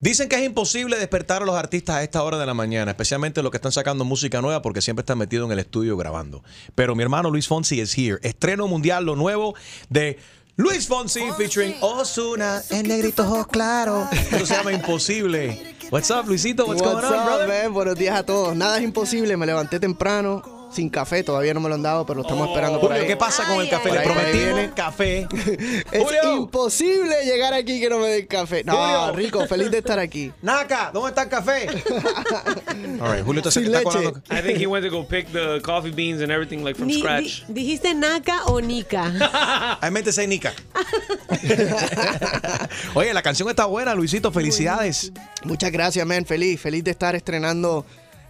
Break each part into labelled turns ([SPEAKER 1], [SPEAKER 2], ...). [SPEAKER 1] Dicen que es imposible despertar a los artistas a esta hora de la mañana, especialmente los que están sacando música nueva porque siempre están metidos en el estudio grabando. Pero mi hermano Luis Fonsi es here. Estreno mundial, lo nuevo de Luis Fonsi featuring Ozuna, el negrito ojos claro. Esto se llama Imposible. What's up, Luisito? What's, going
[SPEAKER 2] What's
[SPEAKER 1] on,
[SPEAKER 2] up,
[SPEAKER 1] brother?
[SPEAKER 2] man? Buenos días a todos. Nada es imposible, me levanté temprano, sin café, todavía no me lo han dado, pero lo estamos esperando por
[SPEAKER 1] Julio,
[SPEAKER 2] ahí.
[SPEAKER 1] ¿qué pasa con el
[SPEAKER 3] Ay,
[SPEAKER 1] café?
[SPEAKER 2] ay,
[SPEAKER 1] Le
[SPEAKER 2] ay. Por
[SPEAKER 1] prometimos
[SPEAKER 2] ahí
[SPEAKER 1] café.
[SPEAKER 2] Es
[SPEAKER 1] Julio,
[SPEAKER 2] imposible llegar aquí que no me den café. No,
[SPEAKER 1] Julio.
[SPEAKER 2] rico, feliz de estar aquí.
[SPEAKER 1] Naca, ¿dónde está el café? All right, Julio, entonces
[SPEAKER 2] Sin
[SPEAKER 1] está
[SPEAKER 2] leche.
[SPEAKER 1] colando-
[SPEAKER 4] I think he went to go pick the coffee beans and everything like from
[SPEAKER 3] Ni-
[SPEAKER 4] scratch.
[SPEAKER 3] di- ¿Dijiste naca o nica?
[SPEAKER 1] Ahí métese, Nica. Oye, la canción está buena, Luisito. Felicidades.
[SPEAKER 2] Muchas gracias, man. Feliz, feliz de estar estrenando,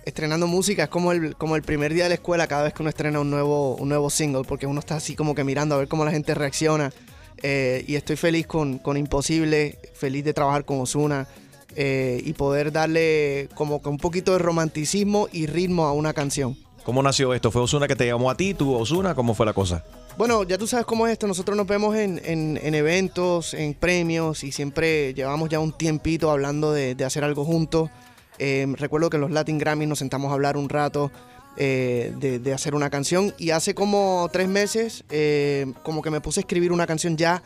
[SPEAKER 2] estrenando música. Es como el, como el primer día de la escuela cada vez que uno estrena un nuevo, un nuevo single, porque uno está así como que mirando a ver cómo la gente reacciona. Eh, y estoy feliz con, con Imposible, feliz de trabajar con Osuna eh, y poder darle como que un poquito de romanticismo y ritmo a una canción.
[SPEAKER 1] ¿Cómo nació esto? ¿Fue Osuna que te llamó a ti? ¿Tú, Osuna? ¿Cómo fue la cosa?
[SPEAKER 2] Bueno, ya tú sabes cómo es esto. Nosotros nos vemos en, en- en eventos, en premios y siempre llevamos ya un tiempito hablando de, de hacer algo juntos. Eh, recuerdo que en los Latin Grammys nos sentamos a hablar un rato eh, de, de hacer una canción y hace como tres meses eh, como que me puse a escribir una canción ya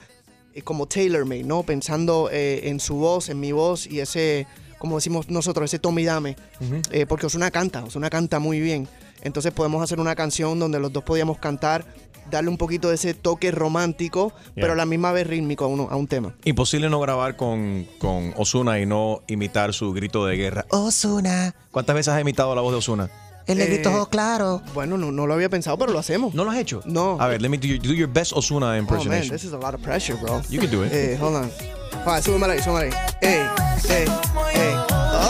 [SPEAKER 2] eh, como tailor-made, ¿no? Pensando eh, en su voz, en mi voz y ese, como decimos nosotros, ese tome y dame.
[SPEAKER 5] Mm-hmm.
[SPEAKER 2] Eh, porque Osuna canta, Osuna canta muy bien. Entonces podemos hacer una canción donde los dos podíamos cantar, darle un poquito de ese toque romántico, pero a la misma vez rítmico a, uno, a un tema.
[SPEAKER 1] Imposible no grabar con, con Osuna y no imitar su grito de guerra. Osuna. ¿Cuántas veces has imitado la voz de Osuna?
[SPEAKER 2] El negrito "Oh, claro. Eh, Bueno, no, no lo había pensado, pero lo hacemos.
[SPEAKER 1] ¿No lo has hecho?
[SPEAKER 2] No.
[SPEAKER 1] A ver, let me do your, do your best Osuna
[SPEAKER 2] Oh, man, this
[SPEAKER 1] impersonation.
[SPEAKER 2] is a lot of pressure, bro.
[SPEAKER 1] You can do it.
[SPEAKER 2] Eh, hold on. Ah, súbemela ahí, súbemela ahí. Ey, ey, ey.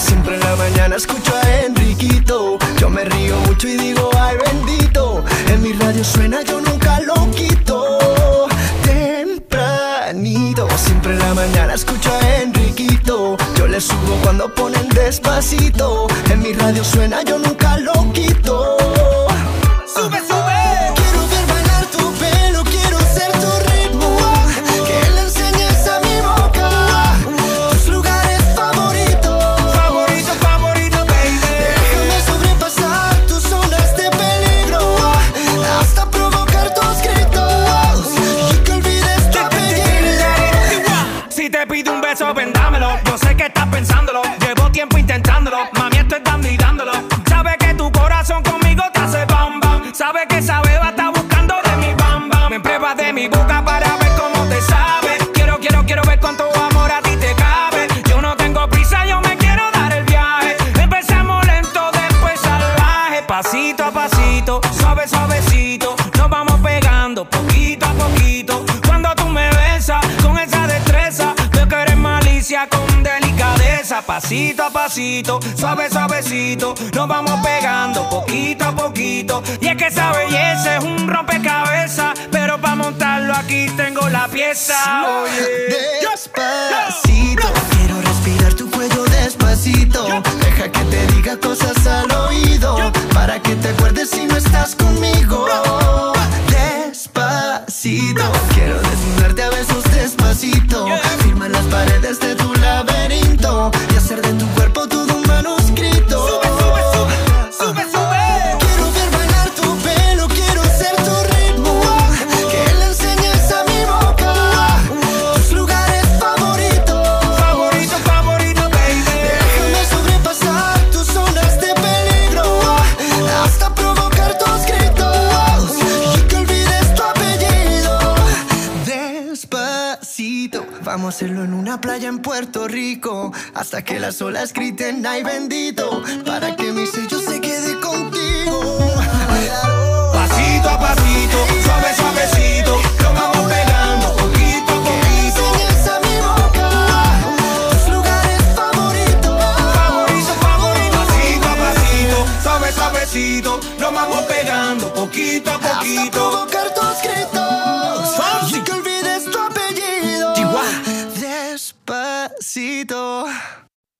[SPEAKER 6] siempre en la mañana escucho a Enriquito. Yo me río mucho y digo, ay bendito. En mi radio suena, yo nunca lo quito. Tempranito, siempre en la mañana escucho a Enriquito. Yo le subo cuando ponen despacito. En mi radio suena, yo nunca lo quito.
[SPEAKER 7] Sube, sube.
[SPEAKER 6] Quiero ver bailar tu pelo, quiero ser tu ritmo. Que le enseñes a mi boca tus lugares favoritos.
[SPEAKER 7] Favorito, favorito, baby.
[SPEAKER 6] Déjame sobrepasar tus zonas de peligro. Hasta provocar tus gritos. Y que olvides tu apellido.
[SPEAKER 7] Si te pido un beso, vendámelo. Yo sé que estás pensándolo. Llevo tiempo intentándolo. Mami, esto es dando y dándolo. Sabe que tu corazón conmigo te hace bam bam. Sabe que esa beba está buscando de mi bam bam. Me prueba de mi boca para ver cómo te sabe. Quiero, quiero, quiero ver cuánto amor a ti te cabe. Yo no tengo prisa, yo me quiero dar el viaje. Empezamos lento, después salvaje. Pasito a pasito, suave, suavecito. Nos vamos pegando poquito a poquito. Cuando tú me besas con esa destreza, veo que eres malicia con delicadeza. Pasito a pasito, suave, suavecito. Nos vamos pegando poquito a poquito. Y es que esa belleza es un rompecabezas. Pero para montarlo aquí tengo la pieza. Oye.
[SPEAKER 6] Despacito, quiero respirar tu cuello despacito. Deja que te diga cosas al oído. Para que te acuerdes si no estás conmigo. Despacito. Quiero desnudarte a besos despacito. Firma las paredes de tu laberinto. Y hacer de tu cuerpo todo un manuscrito.
[SPEAKER 8] Sube, sube, sube, sube, sube.
[SPEAKER 6] Quiero ver bailar tu pelo, quiero ser tu ritmo. Que le enseñes a mi boca tus lugares favoritos.
[SPEAKER 8] Favorito, favorito, baby.
[SPEAKER 6] Déjame sobrepasar tus zonas de peligro. Hasta provocar tus gritos. Y que olvides tu apellido. Despacito. Vamos a hacerlo en una playa en Puerto Rico. Hasta que las olas griten, ay bendito. Para que mi sello se quede contigo.
[SPEAKER 8] Pasito a pasito, suave, suavecito. Lo vamos pegando poquito a poquito.
[SPEAKER 6] Enseñes a mi boca tus lugares favoritos.
[SPEAKER 8] Favorito, favorito, pasito a pasito, suave, suavecito. Lo vamos pegando poquito a
[SPEAKER 6] Hasta
[SPEAKER 8] poquito.
[SPEAKER 6] provocar tus gritos.
[SPEAKER 8] Fonsi.
[SPEAKER 6] Y que olvides tu apellido.
[SPEAKER 8] Chihuahua.
[SPEAKER 6] Despacito.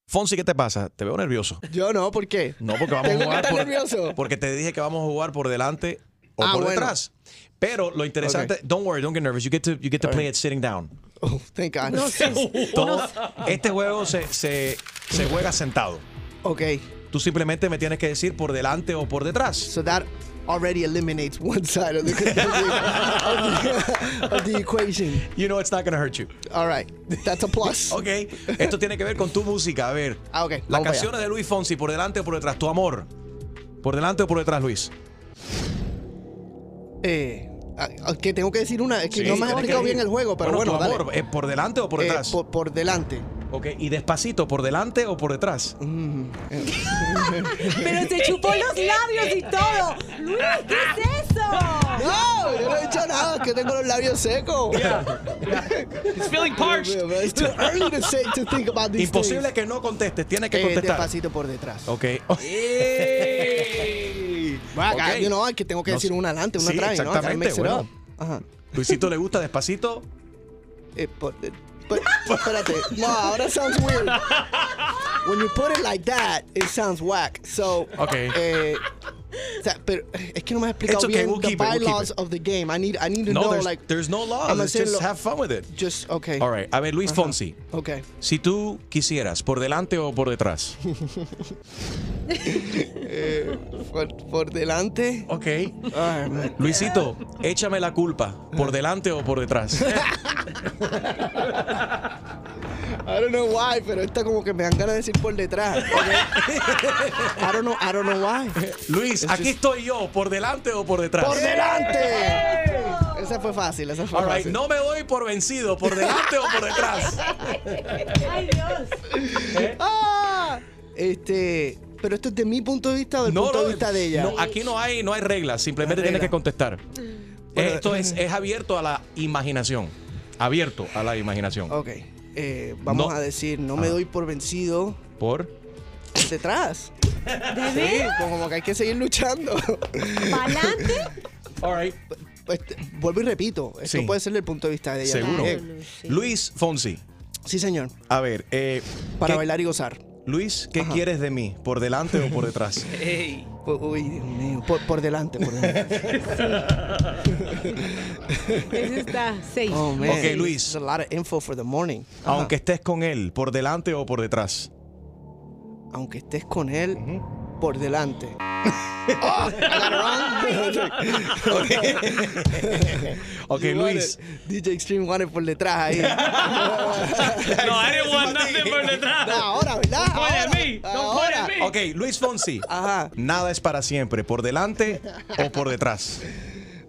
[SPEAKER 1] Fonsi, ¿qué te pasa? Te veo nervioso.
[SPEAKER 2] Yo no, ¿por qué?
[SPEAKER 1] No, porque vamos a
[SPEAKER 2] ¿Tengo que
[SPEAKER 1] jugar.
[SPEAKER 2] estar
[SPEAKER 1] por-
[SPEAKER 2] nervioso?
[SPEAKER 1] Porque te dije que vamos a jugar por delante o
[SPEAKER 2] Ah,
[SPEAKER 1] por
[SPEAKER 2] bueno.
[SPEAKER 1] detrás. Pero lo interesante, don't worry, don't get nervous. You get to, you get to play it sitting down.
[SPEAKER 2] Oh, thank God.
[SPEAKER 3] No sé.
[SPEAKER 1] Todo- este juego se, se, se juega sentado.
[SPEAKER 2] Ok,
[SPEAKER 1] Tú simplemente me tienes que decir por delante o por detrás.
[SPEAKER 2] so that already eliminates one side of the, of the- of the equation.
[SPEAKER 1] You know it's not gonna hurt you.
[SPEAKER 2] All right, that's a plus.
[SPEAKER 1] Ok. Esto tiene que ver con tu música. A ver.
[SPEAKER 2] Ah, ok. Vamos
[SPEAKER 1] Las
[SPEAKER 2] para allá.
[SPEAKER 1] canciones de Luis Fonsi, por delante o por detrás. Tu amor. Por delante o por detrás, Luis.
[SPEAKER 2] Eh, ah, que tengo que decir una, es que
[SPEAKER 1] Sí,
[SPEAKER 2] no me has
[SPEAKER 1] tienes que
[SPEAKER 2] explicado
[SPEAKER 1] elegir.
[SPEAKER 2] bien el juego, pero
[SPEAKER 1] bueno,
[SPEAKER 2] bueno, dale.
[SPEAKER 1] amor, eh, por delante o por
[SPEAKER 2] Eh,
[SPEAKER 1] detrás.
[SPEAKER 2] por, por delante.
[SPEAKER 1] Ok, y despacito, por delante o por detrás.
[SPEAKER 2] Mm.
[SPEAKER 3] Pero se chupó los labios y todo. Luis, ¿qué es eso?
[SPEAKER 2] No, yo no he dicho nada, es que tengo los labios secos.
[SPEAKER 9] It's feeling parched.
[SPEAKER 2] Pero It's too early to, say, to think about these
[SPEAKER 1] Imposible
[SPEAKER 2] things.
[SPEAKER 1] que no contestes, tienes que
[SPEAKER 2] Eh,
[SPEAKER 1] contestar.
[SPEAKER 2] despacito por detrás.
[SPEAKER 1] Ok.
[SPEAKER 9] Hey.
[SPEAKER 2] Bueno, acá,
[SPEAKER 1] Ok.
[SPEAKER 2] you know, es que tengo que
[SPEAKER 1] No
[SPEAKER 2] decir
[SPEAKER 1] sé.
[SPEAKER 2] una adelante, una
[SPEAKER 1] Sí,
[SPEAKER 2] atrás, ¿no? I gotta
[SPEAKER 1] exactamente,
[SPEAKER 2] mix it
[SPEAKER 1] bueno.
[SPEAKER 2] up. Ajá.
[SPEAKER 1] Luisito le gusta despacito.
[SPEAKER 2] Eh, por- eh, por- espérate. No, ahora sounds weird. When you put it like that, it sounds whack. So,
[SPEAKER 1] Okay.
[SPEAKER 2] eh, o sea, pero es que no me has explicado
[SPEAKER 1] It's okay,
[SPEAKER 2] bien
[SPEAKER 1] we'll
[SPEAKER 2] the
[SPEAKER 1] keep it, we'll keep
[SPEAKER 2] bylaws
[SPEAKER 1] it.
[SPEAKER 2] of the game. I need, I need to
[SPEAKER 1] No,
[SPEAKER 2] know,
[SPEAKER 1] there's,
[SPEAKER 2] like,
[SPEAKER 1] there's no law.
[SPEAKER 2] I'm
[SPEAKER 1] Let's
[SPEAKER 2] gonna say
[SPEAKER 1] just
[SPEAKER 2] lo-
[SPEAKER 1] have fun with it.
[SPEAKER 2] just, okay.
[SPEAKER 1] All right. A ver, Luis Fonsi,
[SPEAKER 2] Okay.
[SPEAKER 1] si tú quisieras, por delante o por detrás.
[SPEAKER 2] Eh, Por, por delante.
[SPEAKER 1] Ok.
[SPEAKER 2] Ay, man.
[SPEAKER 1] Luisito, échame la culpa,
[SPEAKER 2] Eh.
[SPEAKER 1] por delante o por detrás.
[SPEAKER 2] I don't know why, pero esta como que me dan ganas de decir por detrás. ok. I don't know, I don't know why.
[SPEAKER 1] Luis, aquí estoy yo, por delante o por detrás.
[SPEAKER 2] ¡Por delante! Esa fue fácil, esa fue
[SPEAKER 1] All right,
[SPEAKER 2] fácil.
[SPEAKER 1] no me doy por vencido, por delante o por detrás.
[SPEAKER 3] Ay, Dios.
[SPEAKER 2] ¡Ah! Este, pero esto es de mi punto de vista o del punto de vista de ella.
[SPEAKER 1] no, aquí no hay, no hay reglas, simplemente
[SPEAKER 2] No hay
[SPEAKER 1] tienes que
[SPEAKER 2] reglas. eh,
[SPEAKER 1] contestar. Esto es, es abierto a la imaginación. Abierto a la imaginación.
[SPEAKER 2] ok, eh, vamos
[SPEAKER 1] No. Ah.
[SPEAKER 2] a decir, no me doy por vencido
[SPEAKER 1] Por.
[SPEAKER 2] detrás.
[SPEAKER 3] ¿De
[SPEAKER 2] Sí,
[SPEAKER 3] veras?
[SPEAKER 2] como que hay que seguir luchando.
[SPEAKER 3] ¿Pa'lante?
[SPEAKER 1] All right.
[SPEAKER 2] Pues, te- vuelvo y repito, esto
[SPEAKER 1] Sí.
[SPEAKER 2] puede ser del punto de vista de ella.
[SPEAKER 1] Seguro.
[SPEAKER 3] Claro,
[SPEAKER 2] también.
[SPEAKER 3] no sé.
[SPEAKER 1] Luis Fonsi.
[SPEAKER 2] Sí, señor.
[SPEAKER 1] A ver, eh,
[SPEAKER 2] Para
[SPEAKER 1] ¿qué-
[SPEAKER 2] bailar y gozar.
[SPEAKER 1] Luis, ¿qué quieres de mí? ¿Por delante o por detrás?
[SPEAKER 9] Hey.
[SPEAKER 2] Uy, Dios mío. Por, por delante, por delante.
[SPEAKER 3] Eso está safe.
[SPEAKER 2] Oh, man.
[SPEAKER 1] Ok, Luis.
[SPEAKER 2] There's a lot of info for the morning. Ajá.
[SPEAKER 1] Aunque estés con él, ¿por delante o por detrás?
[SPEAKER 2] aunque estés con él por delante. Oh, I got it wrong.
[SPEAKER 1] Ok,
[SPEAKER 2] You want
[SPEAKER 1] Luis.
[SPEAKER 2] it. DJ Extreme wanted por detrás ahí.
[SPEAKER 9] No, I didn't want nothing for the
[SPEAKER 2] No,
[SPEAKER 9] time.
[SPEAKER 2] ahora, ¿verdad?
[SPEAKER 9] Point
[SPEAKER 2] Ahora,
[SPEAKER 9] at me. Don't point at
[SPEAKER 2] ahora.
[SPEAKER 9] me.
[SPEAKER 1] Ok, Luis Fonsi.
[SPEAKER 2] Ajá.
[SPEAKER 1] Nada es para siempre, ¿por delante o por detrás?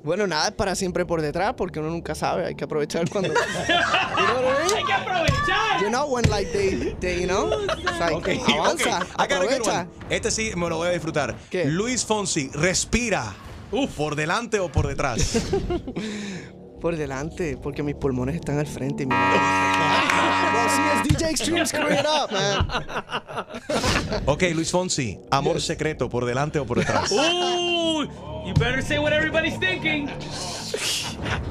[SPEAKER 2] Bueno, nada es para siempre por detrás porque uno nunca sabe. Hay que aprovechar cuando. you know what I mean?
[SPEAKER 9] Hay que aprovechar.
[SPEAKER 2] You know when like they, they you know, it's like,
[SPEAKER 1] Ok,
[SPEAKER 2] avanza,
[SPEAKER 1] ok. I got a good
[SPEAKER 2] aprovecha.
[SPEAKER 1] one. Este sí me lo voy a disfrutar.
[SPEAKER 2] ¿Qué?
[SPEAKER 1] Luis Fonsi, respira. ¿Por delante o por detrás?
[SPEAKER 2] Por delante, porque mis pulmones están al frente. y mi- Well, see, it's DJ Extreme screwing it up, man.
[SPEAKER 1] ok, Luis Fonsi, amor secreto, ¿por delante o por detrás?
[SPEAKER 9] Ooh, you better say what everybody's thinking.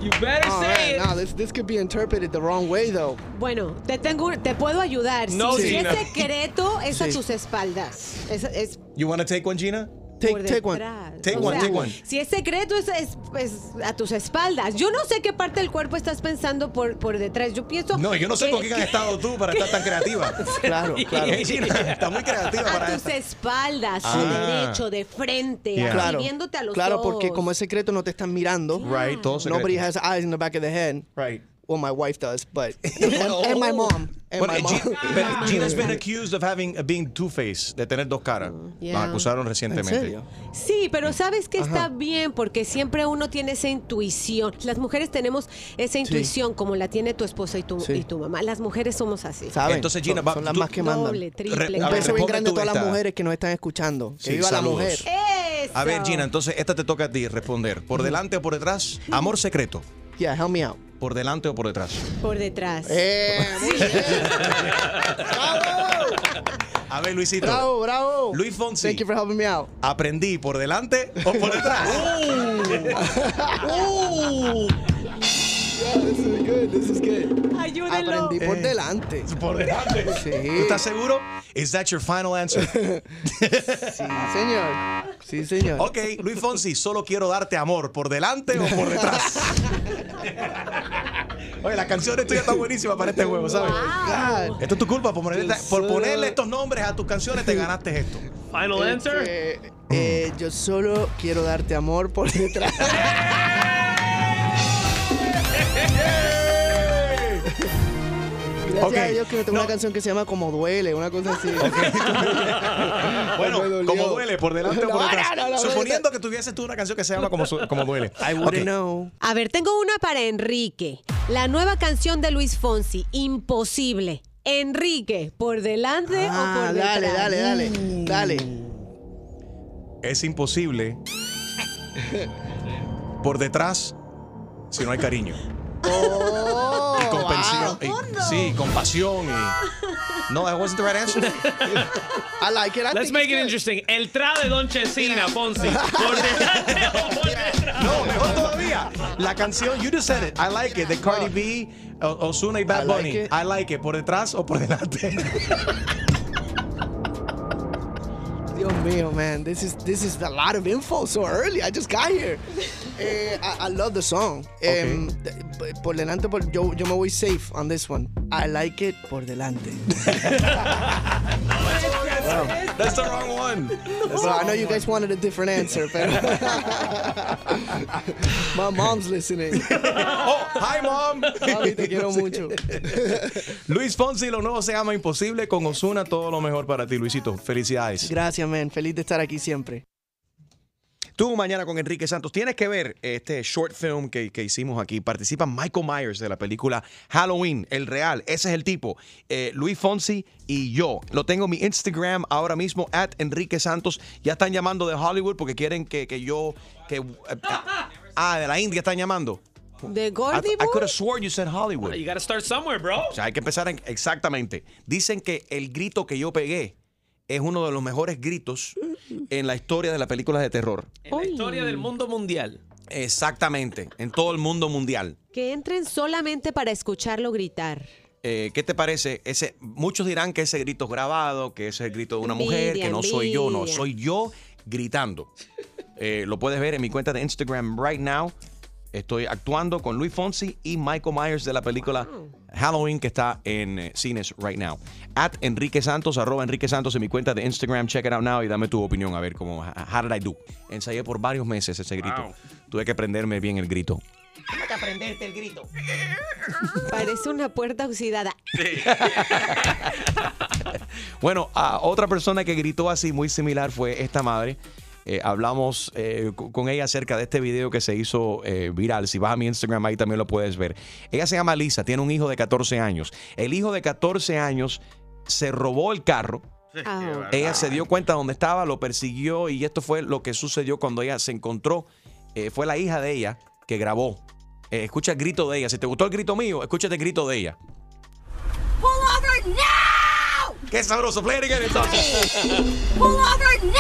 [SPEAKER 9] You better
[SPEAKER 2] All
[SPEAKER 9] say
[SPEAKER 2] right,
[SPEAKER 9] it.
[SPEAKER 2] now Oh, this, this could be interpreted the wrong way, though.
[SPEAKER 3] Bueno, te tengo, un- te puedo ayudar.
[SPEAKER 9] No,
[SPEAKER 3] si si
[SPEAKER 9] Gina.
[SPEAKER 3] es secreto, es a
[SPEAKER 2] Sí.
[SPEAKER 3] tus espaldas. Es, es
[SPEAKER 1] You want to take one, Gina?
[SPEAKER 2] Take,
[SPEAKER 3] por
[SPEAKER 2] take one.
[SPEAKER 3] detrás.
[SPEAKER 1] Take
[SPEAKER 3] O
[SPEAKER 1] one,
[SPEAKER 3] sea,
[SPEAKER 1] take one.
[SPEAKER 3] Si es secreto, es, es- es a tus espaldas. Yo no sé qué parte del cuerpo estás pensando por, por detrás. Yo pienso.
[SPEAKER 1] No, yo no sé
[SPEAKER 3] que-
[SPEAKER 1] con quién has
[SPEAKER 3] que-
[SPEAKER 1] estado tú para estar tan creativa.
[SPEAKER 2] Claro, claro.
[SPEAKER 1] Hey, Gina, está muy creativa
[SPEAKER 3] A
[SPEAKER 1] para
[SPEAKER 3] tus
[SPEAKER 1] esto.
[SPEAKER 3] espaldas,
[SPEAKER 1] Ah.
[SPEAKER 3] derecho, de frente,
[SPEAKER 1] Yeah.
[SPEAKER 3] así,
[SPEAKER 2] Claro,
[SPEAKER 3] viéndote a los
[SPEAKER 2] claro,
[SPEAKER 3] ojos.
[SPEAKER 2] porque como es secreto no te están mirando.
[SPEAKER 1] Mm. Right, todo secreto.
[SPEAKER 2] Nobody has eyes in the back of the head.
[SPEAKER 1] Right.
[SPEAKER 2] Well, my wife does, but and my mom and
[SPEAKER 1] Bueno,
[SPEAKER 2] my
[SPEAKER 1] eh, Gina,
[SPEAKER 2] mom.
[SPEAKER 1] pero Gina's been accused of having of being two-faced, de tener dos caras.
[SPEAKER 3] Yeah.
[SPEAKER 1] La acusaron recientemente.
[SPEAKER 2] serio?
[SPEAKER 3] Sí, pero sabes que está bien porque siempre uno tiene esa intuición. Las mujeres tenemos esa intuición como la tiene tu esposa y tu,
[SPEAKER 2] Sí.
[SPEAKER 3] y tu mamá. Las mujeres somos así.
[SPEAKER 2] ¿Saben?
[SPEAKER 1] Entonces, eh, Gina,
[SPEAKER 2] son,
[SPEAKER 1] va-
[SPEAKER 2] son las
[SPEAKER 1] tú-
[SPEAKER 2] más que mandan.
[SPEAKER 3] Doble, triple.
[SPEAKER 1] Re-
[SPEAKER 2] Un
[SPEAKER 1] A ver,
[SPEAKER 2] beso bien
[SPEAKER 1] responde
[SPEAKER 2] grande a
[SPEAKER 1] tú
[SPEAKER 2] todas las
[SPEAKER 1] esta.
[SPEAKER 2] mujeres que nos están escuchando. Que
[SPEAKER 1] Sí,
[SPEAKER 2] viva
[SPEAKER 1] saludos.
[SPEAKER 2] la mujer.
[SPEAKER 3] Eso.
[SPEAKER 1] A ver, Gina, entonces esta te toca a ti responder. ¿Por delante o por detrás? Amor secreto.
[SPEAKER 2] Yeah, help me out.
[SPEAKER 1] ¿Por delante o por detrás?
[SPEAKER 3] Por detrás.
[SPEAKER 2] Eh, muy bien. bravo,
[SPEAKER 1] A ver, Luisito.
[SPEAKER 2] bravo, bravo.
[SPEAKER 1] Luis Fonsi.
[SPEAKER 2] Thank you for helping me out.
[SPEAKER 1] ¿Aprendí por delante o por detrás?
[SPEAKER 2] This is good. This is good.
[SPEAKER 3] Ayúdenlo.
[SPEAKER 2] Aprendí por delante.
[SPEAKER 1] por delante. ¿Tú
[SPEAKER 2] Sí,
[SPEAKER 1] estás seguro? Is that your final answer?
[SPEAKER 2] sí, señor. Sí, señor.
[SPEAKER 1] Ok, Luis Fonsi, solo quiero darte amor, ¿por delante o por detrás? Oye, las canciones tuyas están buenísimas para este juego, ¿sabes?
[SPEAKER 2] God.
[SPEAKER 1] Esto es tu culpa por ponerle,
[SPEAKER 2] Yo
[SPEAKER 1] por
[SPEAKER 2] solo-
[SPEAKER 1] ponerle estos nombres a tus canciones, te ganaste esto.
[SPEAKER 9] Final answer.
[SPEAKER 2] Este,
[SPEAKER 1] Mm.
[SPEAKER 2] eh, yo solo quiero darte amor por detrás. Gracias
[SPEAKER 1] Ok,
[SPEAKER 2] a Dios que me tengo
[SPEAKER 1] no.
[SPEAKER 2] una canción que se llama Como Duele, una cosa así. Ah,
[SPEAKER 1] Bueno,
[SPEAKER 2] Me dolió.
[SPEAKER 1] como duele, por delante o por
[SPEAKER 2] No,
[SPEAKER 1] detrás.
[SPEAKER 2] no, no, no,
[SPEAKER 1] Suponiendo que tuvieses tú una canción que se llama Como, su- como duele.
[SPEAKER 2] I wouldn't
[SPEAKER 1] Ok,
[SPEAKER 2] know.
[SPEAKER 3] A ver, tengo una para Enrique. La nueva canción de Luis Fonsi, Imposible. Enrique, ¿por delante o
[SPEAKER 2] Ah,
[SPEAKER 3] por detrás? Mm.
[SPEAKER 2] dale, dale, dale, dale.
[SPEAKER 1] Es imposible por detrás si no hay cariño.
[SPEAKER 2] Oh,
[SPEAKER 1] Y compasión. y- sí, compasión. y- No, that wasn't the right answer.
[SPEAKER 2] I like it. I
[SPEAKER 9] Let's
[SPEAKER 2] think
[SPEAKER 9] make
[SPEAKER 2] it's
[SPEAKER 9] it
[SPEAKER 2] good.
[SPEAKER 9] interesting. El tra de Don Chesina, Fonsi. Por delante o por detrás.
[SPEAKER 1] No, mejor todavía. La canción, you just said it. I like it. De Cardi B, O- Ozuna y Bad
[SPEAKER 2] I like
[SPEAKER 1] Bunny.
[SPEAKER 2] it.
[SPEAKER 1] I like it. ¿Por detrás o por delante?
[SPEAKER 2] Dios mío, man, this is this is a lot of info so early. I just got here. Eh, I, I love the song. Em, de- p- por delante, por, yo, yo me voy safe on this one. I like it por delante.
[SPEAKER 1] That's the wrong one.
[SPEAKER 2] Well, I know you guys wanted a different answer, pero my mom's listening.
[SPEAKER 1] Oh, hi, mom.
[SPEAKER 2] Mami, te quiero mucho.
[SPEAKER 1] Luis Fonsi, lo nuevo se llama Imposible. Con Ozuna, todo lo mejor para ti, Luisito. Felicidades.
[SPEAKER 2] Gracias, man. Feliz de estar aquí siempre.
[SPEAKER 1] Tú mañana con Enrique Santos. Tienes que ver este short film que, que hicimos aquí. Participa Michael Myers de la película Halloween, el real. Ese es el tipo. Eh, Luis Fonsi y yo. Lo tengo en mi Instagram ahora mismo, at Enrique Santos. Ya están llamando de Hollywood porque quieren que, que yo... Que, ah, de la India están llamando.
[SPEAKER 3] ¿De
[SPEAKER 1] I,
[SPEAKER 3] Gordy
[SPEAKER 1] could
[SPEAKER 3] Boy?
[SPEAKER 1] have sworn you said Hollywood.
[SPEAKER 9] You gotta start somewhere, bro.
[SPEAKER 1] O sea, hay que empezar en- exactamente. Dicen que el grito que yo pegué es uno de los mejores gritos en la historia de las películas de terror.
[SPEAKER 9] En la historia del mundo mundial.
[SPEAKER 1] Exactamente, en todo el mundo mundial.
[SPEAKER 3] Que entren solamente para escucharlo gritar.
[SPEAKER 1] Eh, ¿Qué te parece? Ese, muchos dirán que ese grito es grabado, que ese es el grito de una
[SPEAKER 3] Envidia,
[SPEAKER 1] mujer, que no soy yo, no,
[SPEAKER 3] envidia.
[SPEAKER 1] soy yo gritando. Eh, lo puedes ver en mi cuenta de Instagram right now. Estoy actuando con Luis Fonsi y Michael Myers de la película Halloween que está en eh, cines right now. At Enrique Santos, arroba Enrique Santos en mi cuenta de Instagram. Check it out now y dame tu opinión a ver cómo, how did I do. Ensayé por varios meses ese grito.
[SPEAKER 9] Wow.
[SPEAKER 1] Tuve que aprenderme bien el grito.
[SPEAKER 3] Parece una puerta oxidada.
[SPEAKER 1] Bueno, a otra persona que gritó así muy similar fue esta madre. Eh, hablamos eh, co- con ella acerca de este video que se hizo eh, viral. Si vas a mi Instagram ahí también lo puedes ver. Ella se llama Lisa, tiene un hijo de 14 años. El hijo de 14 años se robó el carro.
[SPEAKER 3] Ah,
[SPEAKER 1] Ella se dio cuenta de dónde estaba, lo persiguió y esto fue lo que sucedió cuando ella se encontró. Eh, fue la hija de ella que grabó. Eh, escucha el grito de ella. Si te gustó el grito mío, escúchate el grito de ella.
[SPEAKER 10] Pull over now!
[SPEAKER 1] ¡Qué sabroso! Play it again, entonces.
[SPEAKER 10] Pull over now!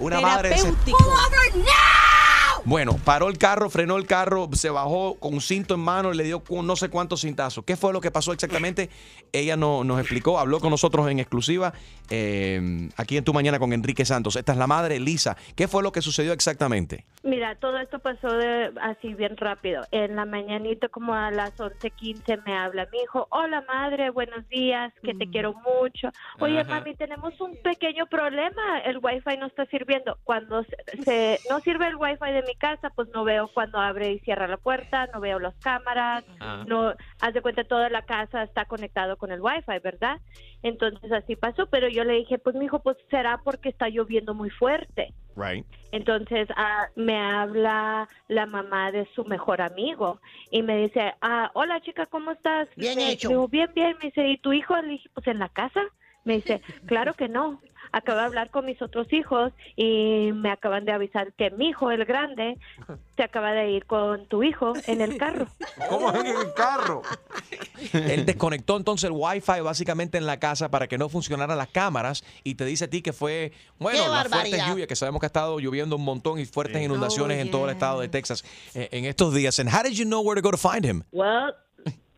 [SPEAKER 1] Una madre desesperada.
[SPEAKER 3] terapéutico.
[SPEAKER 10] Pull over now!
[SPEAKER 1] Bueno, paró el carro, frenó el carro, se bajó con un cinto en mano, le dio con no sé cuántos cintazos. ¿Qué fue lo que pasó exactamente? Ella no, nos explicó, habló con nosotros en exclusiva eh, aquí en Tu Mañana con Enrique Santos. Esta es la madre, Lisa. ¿Qué fue lo que sucedió exactamente?
[SPEAKER 11] Mira, todo esto pasó de- así bien rápido. En la mañanita, como a las 11:15, me habla mi hijo. Hola, madre, buenos días, que te quiero mucho. Oye, mami, tenemos un pequeño problema. El wifi no está sirviendo. Cuando se, se- no sirve el wifi de mi casa, pues no veo cuando abre y cierra la puerta, no veo las cámaras,
[SPEAKER 9] Ah.
[SPEAKER 11] no, haz de cuenta, toda la casa está conectado con el wifi, ¿verdad? Entonces así pasó, pero yo le dije, pues mi hijo, pues será porque está lloviendo muy fuerte.
[SPEAKER 1] Right.
[SPEAKER 11] Entonces ah, me habla la mamá de su mejor amigo y me dice, ah, hola chica, ¿cómo estás? Bien hecho. Digo, bien, bien. Me dice, ¿y tu hijo? Le dije, pues en la casa. Me dice, claro que no. Acabo de hablar con mis otros hijos y me acaban de avisar que mi hijo, el grande, se acaba de ir con tu hijo en el carro.
[SPEAKER 1] ¿Cómo en el carro? Él desconectó entonces el wifi básicamente en la casa para que no funcionaran las cámaras y te dice a ti que fue, bueno,
[SPEAKER 12] ¡Qué
[SPEAKER 1] la fuerte
[SPEAKER 12] barbaridad!
[SPEAKER 1] lluvia que sabemos que ha estado lloviendo un montón y fuertes inundaciones
[SPEAKER 3] Oh,
[SPEAKER 1] en todo el
[SPEAKER 3] yeah.
[SPEAKER 1] estado de Texas eh, en estos días. And how did you know where to go to find him?
[SPEAKER 11] Well,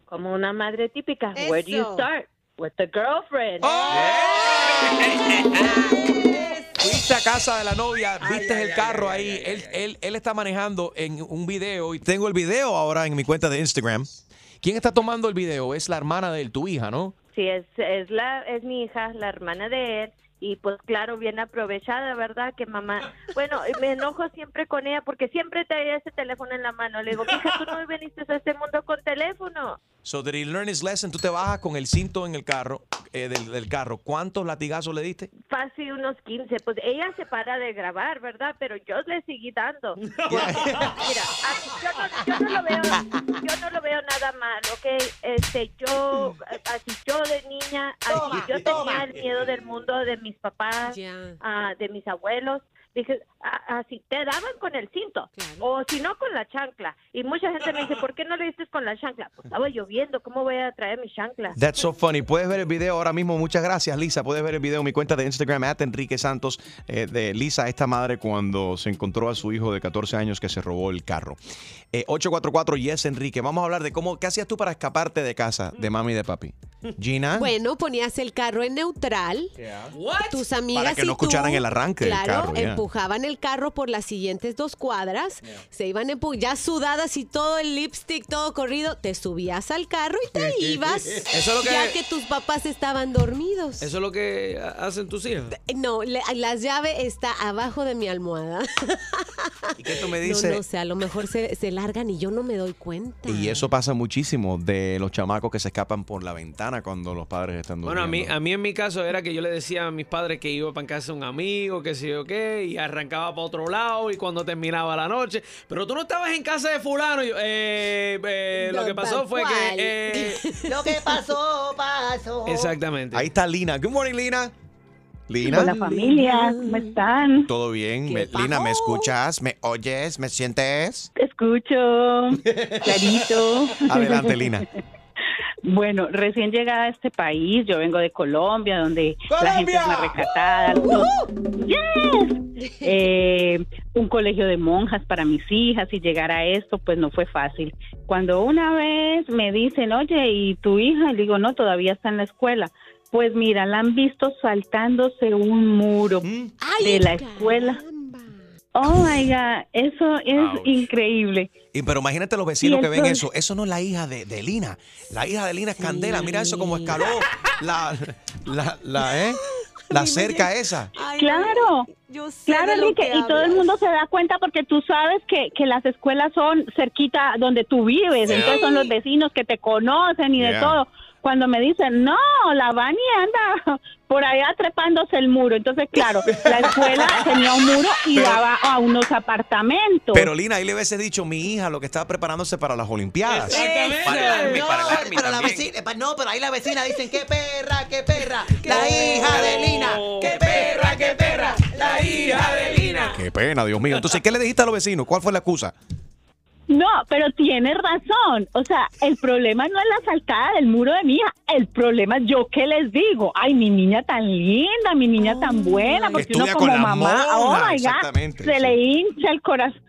[SPEAKER 11] como una madre típica, where do you
[SPEAKER 3] Eso.
[SPEAKER 11] start? With the girlfriend. Oh.
[SPEAKER 1] Fuiste a casa de la novia, viste el carro ahí. él, él- él está manejando en un video y tengo el video ahora en mi cuenta de Instagram. ¿Quién está tomando el video? Es la hermana de él, tu hija, ¿no?
[SPEAKER 11] Sí, es, es, la, es mi hija, la hermana de él. Y pues claro, bien aprovechada, ¿verdad? Que mamá... Bueno, me enojo siempre con ella porque siempre trae ese teléfono en la mano. Le digo, mija, tú no viniste a este mundo con teléfono.
[SPEAKER 1] So did he learn his lesson? Tú te bajas con el cinto en el carro, eh, del, del carro. ¿Cuántos latigazos le diste?
[SPEAKER 11] Fácil, unos 15. Pues ella se para de grabar, ¿verdad? Pero yo le seguí dando. Porque, mira, a mí- yo no, yo no lo veo, yo no lo veo nada mal, ¿ok? Este, yo, así yo de niña, así yo tenía el miedo del mundo de mis papás,
[SPEAKER 3] Ya.
[SPEAKER 11] ah, de mis abuelos. Dije, a- así te daban con el cinto,
[SPEAKER 3] Claro.
[SPEAKER 11] o si no con la chancla. Y mucha gente me dice, ¿por qué no le diste con la chancla? Pues estaba lloviendo, ¿cómo voy a traer mi chancla?
[SPEAKER 1] That's so funny. Puedes ver el video ahora mismo. Muchas gracias, Lisa. Puedes ver el video en mi cuenta de Instagram, at Enrique Santos, eh, de Lisa, esta madre, cuando se encontró a su hijo de 14 años que se robó el carro. Eh, 844-YES, Enrique. Vamos a hablar de cómo, ¿qué hacías tú para escaparte de casa de mami y de papi? Gina.
[SPEAKER 3] Bueno, ponías el carro en neutral.
[SPEAKER 9] What?
[SPEAKER 3] Tus amigas
[SPEAKER 1] Para que
[SPEAKER 3] y
[SPEAKER 1] no
[SPEAKER 3] tú,
[SPEAKER 1] escucharan el arranque del
[SPEAKER 3] claro,
[SPEAKER 1] carro, ya.
[SPEAKER 3] empujaban el carro por las siguientes dos cuadras, se iban empu- ya sudadas y todo el lipstick todo corrido, te subías al carro y te ibas,
[SPEAKER 4] es lo que-
[SPEAKER 3] ya que tus papás estaban dormidos. Eh,
[SPEAKER 4] Eso es lo que ha- hacen tus hijas.
[SPEAKER 3] No, le- la llave está abajo de mi almohada.
[SPEAKER 1] ¿Y qué tú me
[SPEAKER 3] No, no sé, a lo mejor se, se largan y yo no me doy cuenta.
[SPEAKER 1] Y eso pasa muchísimo de los chamacos que se escapan por la ventana cuando los padres están durmiendo.
[SPEAKER 4] Bueno, a mí, a mí en mi caso era que yo le decía a mis padres que iba para casa de un amigo, que sé yo qué, y arrancaba para otro lado y cuando terminaba la noche. Pero tú no estabas en casa de fulano. y yo, eh, eh, lo
[SPEAKER 3] No,
[SPEAKER 4] que pasó
[SPEAKER 3] tal
[SPEAKER 4] fue que...
[SPEAKER 3] cual.
[SPEAKER 4] eh,
[SPEAKER 12] Lo que pasó, pasó.
[SPEAKER 4] exactamente.
[SPEAKER 1] Ahí está Lina. Good morning, Lina. Lina.
[SPEAKER 11] Hola familia, ¿cómo están?
[SPEAKER 1] ¿Todo bien?
[SPEAKER 3] ¿Qué
[SPEAKER 1] Me- Lina,
[SPEAKER 3] pasó?
[SPEAKER 1] ¿me escuchas? ¿Me oyes? ¿Me sientes?
[SPEAKER 11] Te escucho, clarito.
[SPEAKER 1] Adelante, Lina.
[SPEAKER 11] Bueno, recién llegada a este país, yo vengo de Colombia, donde la gente es más recatada. Yes. Eh, un colegio de monjas para mis hijas y llegar a esto, pues no fue fácil. Cuando una vez me dicen, oye, ¿y tu hija? Y le digo, no, todavía está en la escuela. Pues mira, la han visto saltándose un muro
[SPEAKER 3] Ay,
[SPEAKER 11] de la escuela.
[SPEAKER 3] caramba.
[SPEAKER 11] Oh my God, eso es increíble.
[SPEAKER 1] Y, pero imagínate los vecinos
[SPEAKER 11] Y
[SPEAKER 1] que ven
[SPEAKER 11] entonces-
[SPEAKER 1] eso. Eso no es la hija de, de Lina. La hija de Lina es Candela. Mira eso como escaló la, la, la, ¿eh? la cerca esa.
[SPEAKER 3] Ay,
[SPEAKER 11] Claro.
[SPEAKER 3] yo sé
[SPEAKER 11] Claro,
[SPEAKER 3] de lo
[SPEAKER 11] Enrique,
[SPEAKER 3] que
[SPEAKER 11] y todo el
[SPEAKER 3] hablas.
[SPEAKER 11] mundo se da cuenta porque tú sabes que, que las escuelas son cerquita donde tú vives, entonces son los vecinos que te conocen y
[SPEAKER 1] Yeah.
[SPEAKER 11] de todo. Cuando me dicen, no, la Vani anda por allá trepándose el muro. Entonces, claro, la escuela tenía un muro y
[SPEAKER 1] Pero-
[SPEAKER 11] daba a unos apartamentos.
[SPEAKER 1] Pero Lina, ahí le hubiese dicho mi hija lo que estaba preparándose para las Olimpiadas.
[SPEAKER 4] Exactamente.
[SPEAKER 12] No, pero la vecina, pa- no, pero ahí la vecina dicen, qué perra, qué perra, la hija de Lina, qué perra, qué perra, la hija de Lina.
[SPEAKER 1] Qué pena, Dios mío. Entonces, ¿qué le dijiste a los vecinos? ¿Cuál fue la excusa?
[SPEAKER 11] No, pero tienes razón. O sea, el problema no es la saltada del muro de mi hija. El problema es yo qué les digo. Ay, mi niña tan linda, mi niña tan buena. Porque
[SPEAKER 1] Estudia
[SPEAKER 11] uno
[SPEAKER 1] con
[SPEAKER 11] como
[SPEAKER 1] la
[SPEAKER 11] mamá,
[SPEAKER 1] monja,
[SPEAKER 11] oh my God,
[SPEAKER 1] exactamente,
[SPEAKER 11] se
[SPEAKER 1] sí.
[SPEAKER 11] le hincha el corazón.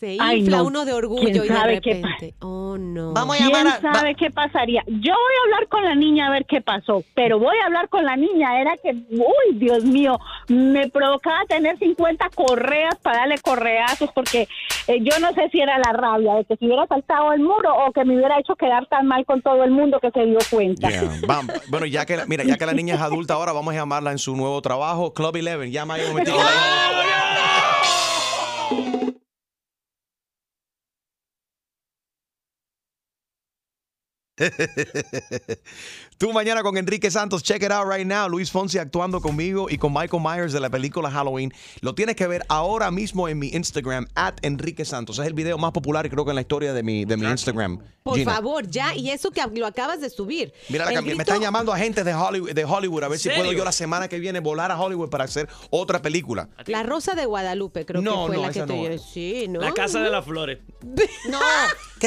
[SPEAKER 3] Se
[SPEAKER 11] Ay,
[SPEAKER 3] infla
[SPEAKER 11] no.
[SPEAKER 3] uno de orgullo
[SPEAKER 11] ¿Quién
[SPEAKER 3] y de
[SPEAKER 11] sabe qué
[SPEAKER 3] repente. Oh, no.
[SPEAKER 11] ¿Quién sabe qué pasaría? Yo voy a hablar con la niña a ver qué pasó, pero voy a hablar con la niña. Era que, uy, Dios mío, me provocaba tener 50 correas para darle correazos, porque eh, yo no sé si era la rabia de que se hubiera saltado el muro o que me hubiera hecho quedar tan mal con todo el mundo que se dio cuenta.
[SPEAKER 1] Yeah, vam- Bueno, ya que, la- mira, ya que la niña es adulta ahora, vamos a llamarla en su nuevo trabajo, Club 11. Llama ahí un momentito. Tú mañana con Enrique Santos, check it out right now. Luis Fonsi actuando conmigo y con Michael Myers de la película Halloween. Lo tienes que ver ahora mismo en mi Instagram, at Enrique Santos. Es el video más popular, creo que en la historia de mi, de mi Instagram.
[SPEAKER 3] Por
[SPEAKER 1] Gina.
[SPEAKER 3] favor, ya. Y eso que lo acabas de subir.
[SPEAKER 1] Mira la
[SPEAKER 3] El
[SPEAKER 1] cambi- Me
[SPEAKER 3] grito-
[SPEAKER 1] están llamando agentes de Hollywood, de Hollywood a ver si
[SPEAKER 3] ¿Serio?
[SPEAKER 1] puedo yo la semana que viene volar a Hollywood para hacer otra película.
[SPEAKER 3] La Rosa de Guadalupe, creo
[SPEAKER 1] No,
[SPEAKER 3] que fue
[SPEAKER 1] no,
[SPEAKER 3] la que
[SPEAKER 1] esa
[SPEAKER 3] te
[SPEAKER 1] no.
[SPEAKER 3] dieron. Sí, ¿no?
[SPEAKER 4] La Casa de
[SPEAKER 3] no. Ah,
[SPEAKER 4] las Flores.
[SPEAKER 12] No,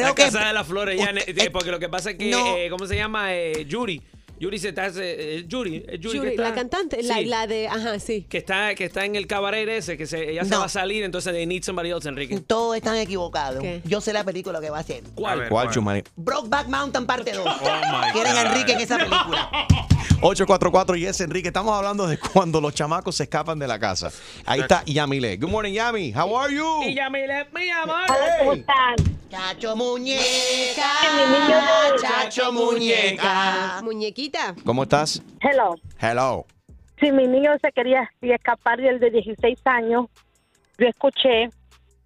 [SPEAKER 4] la Casa de las Flores, ya, ne- porque lo que pasa es que,
[SPEAKER 3] no.
[SPEAKER 4] eh, ¿cómo se llama? Eh, Yuri. Yuri se está, se- eh, Yuri, es Yuri, que
[SPEAKER 3] Yuri,
[SPEAKER 4] está-
[SPEAKER 3] la cantante, la,
[SPEAKER 4] Sí,
[SPEAKER 3] la de, ajá, sí.
[SPEAKER 4] que está, que está en el cabaret ese, que se, ella se
[SPEAKER 12] No.
[SPEAKER 4] va a salir, entonces they need somebody else, Enrique.
[SPEAKER 12] Todos están equivocados. Yo sé la película que va a hacer.
[SPEAKER 4] ¿Cuál? Oh
[SPEAKER 1] ¿Cuál, Chumani?
[SPEAKER 12] Brokeback Mountain parte 2.
[SPEAKER 1] my
[SPEAKER 12] Quieren a
[SPEAKER 1] God.
[SPEAKER 12] Enrique en esa película.
[SPEAKER 1] 844 y es Enrique. Estamos hablando de cuando los chamacos se escapan de la casa. Ahí está Yamile. Good morning, Yami. How are you?
[SPEAKER 4] Y Yamile, mi amor.
[SPEAKER 12] Hola, ¿cómo
[SPEAKER 11] están?
[SPEAKER 12] Chacho muñeca,
[SPEAKER 3] Chacho
[SPEAKER 12] Ah, chacho muñeca.
[SPEAKER 3] Muñequita.
[SPEAKER 1] ¿Cómo estás?
[SPEAKER 13] Hello.
[SPEAKER 1] Hello.
[SPEAKER 13] Si mi niño se quería escapar y el de 16 años, yo escuché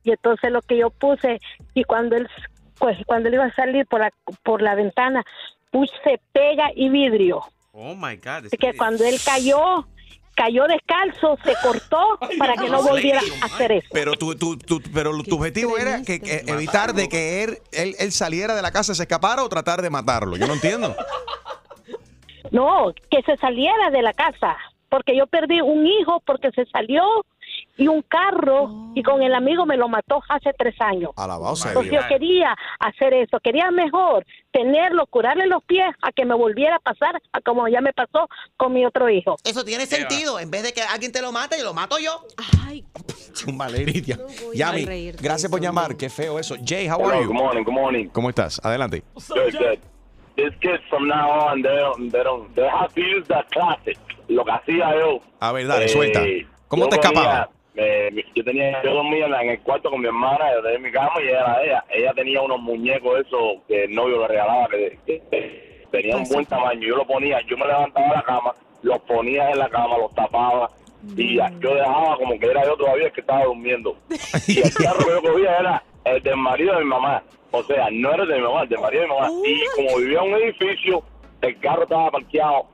[SPEAKER 13] y entonces lo que yo puse y cuando él pues, cuando él iba a salir por la por la ventana puse pega y vidrio.
[SPEAKER 14] Oh my God.
[SPEAKER 13] Así que cuando él cayó cayó descalzo, se cortó para que no volviera a hacer eso.
[SPEAKER 1] Pero tu, tu, tu- pero tu objetivo era que, que evitar de que él, él, él saliera de la casa, se escapara o tratar de matarlo. Yo no entiendo.
[SPEAKER 13] No, que se saliera de la casa, porque yo perdí un hijo porque se salió y un carro y con el amigo me lo mató hace tres años.
[SPEAKER 1] Alabado sea
[SPEAKER 13] Porque
[SPEAKER 1] Dios.
[SPEAKER 13] yo quería hacer eso, quería mejor tenerlo, curarle los pies a que me volviera a pasar a como ya me pasó con mi otro hijo.
[SPEAKER 12] Eso tiene sentido. En vez de que alguien te lo mate, lo mato yo.
[SPEAKER 1] Chumale, Iridia.
[SPEAKER 12] voy a
[SPEAKER 1] Yami,
[SPEAKER 12] reír de
[SPEAKER 1] gracias por llamar. Qué feo eso. Jay, how
[SPEAKER 15] Hello,
[SPEAKER 1] are you?
[SPEAKER 15] good morning, good morning.
[SPEAKER 1] ¿Cómo estás? Adelante.
[SPEAKER 15] Good, good. These kids from now on, they don't, they don't, they have to use that classic. Lo que hacía yo.
[SPEAKER 1] A ver, dale, suelta. ¿Cómo
[SPEAKER 15] Eh, yo
[SPEAKER 1] te escapabas?
[SPEAKER 15] dormía, eh, mi- yo tenía, yo dormía en la- en el cuarto con mi hermana, yo tenía mi cama y era ella. Ella tenía unos muñecos esos que el novio le regalaba, que, que- que tenían un buen tamaño. Yo lo ponía, yo me levantaba de la cama, los ponía en la cama, los tapaba. Y ya- yo dejaba como que era yo todavía el que estaba durmiendo. Y el carro que yo cogía era el del marido de mi mamá. O sea, no era el de mi mamá, el del marido de mi mamá. Y como vivía en un edificio, el carro estaba parqueado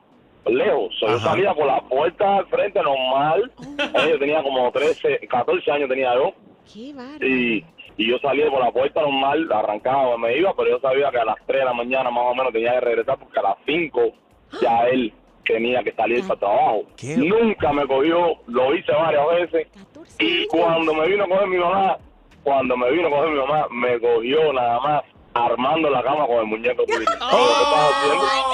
[SPEAKER 15] lejos. So, yo
[SPEAKER 16] Ajá.
[SPEAKER 15] salía por la puerta al frente normal. Eh, yo tenía como 13, 14 años tenía yo.
[SPEAKER 3] Qué bárbaro.
[SPEAKER 15] Y, y yo salía por la puerta normal, arrancaba, me iba, pero yo sabía que a las 3 de la mañana más o menos tenía que regresar porque a las 5 ya él tenía que salir para trabajo. Nunca me cogió, lo hice varias veces. Y cuando me vino a coger mi mamá, cuando me vino a coger mi mamá, me cogió nada más armando la cama con el muñeco. tuyo.
[SPEAKER 4] Oh,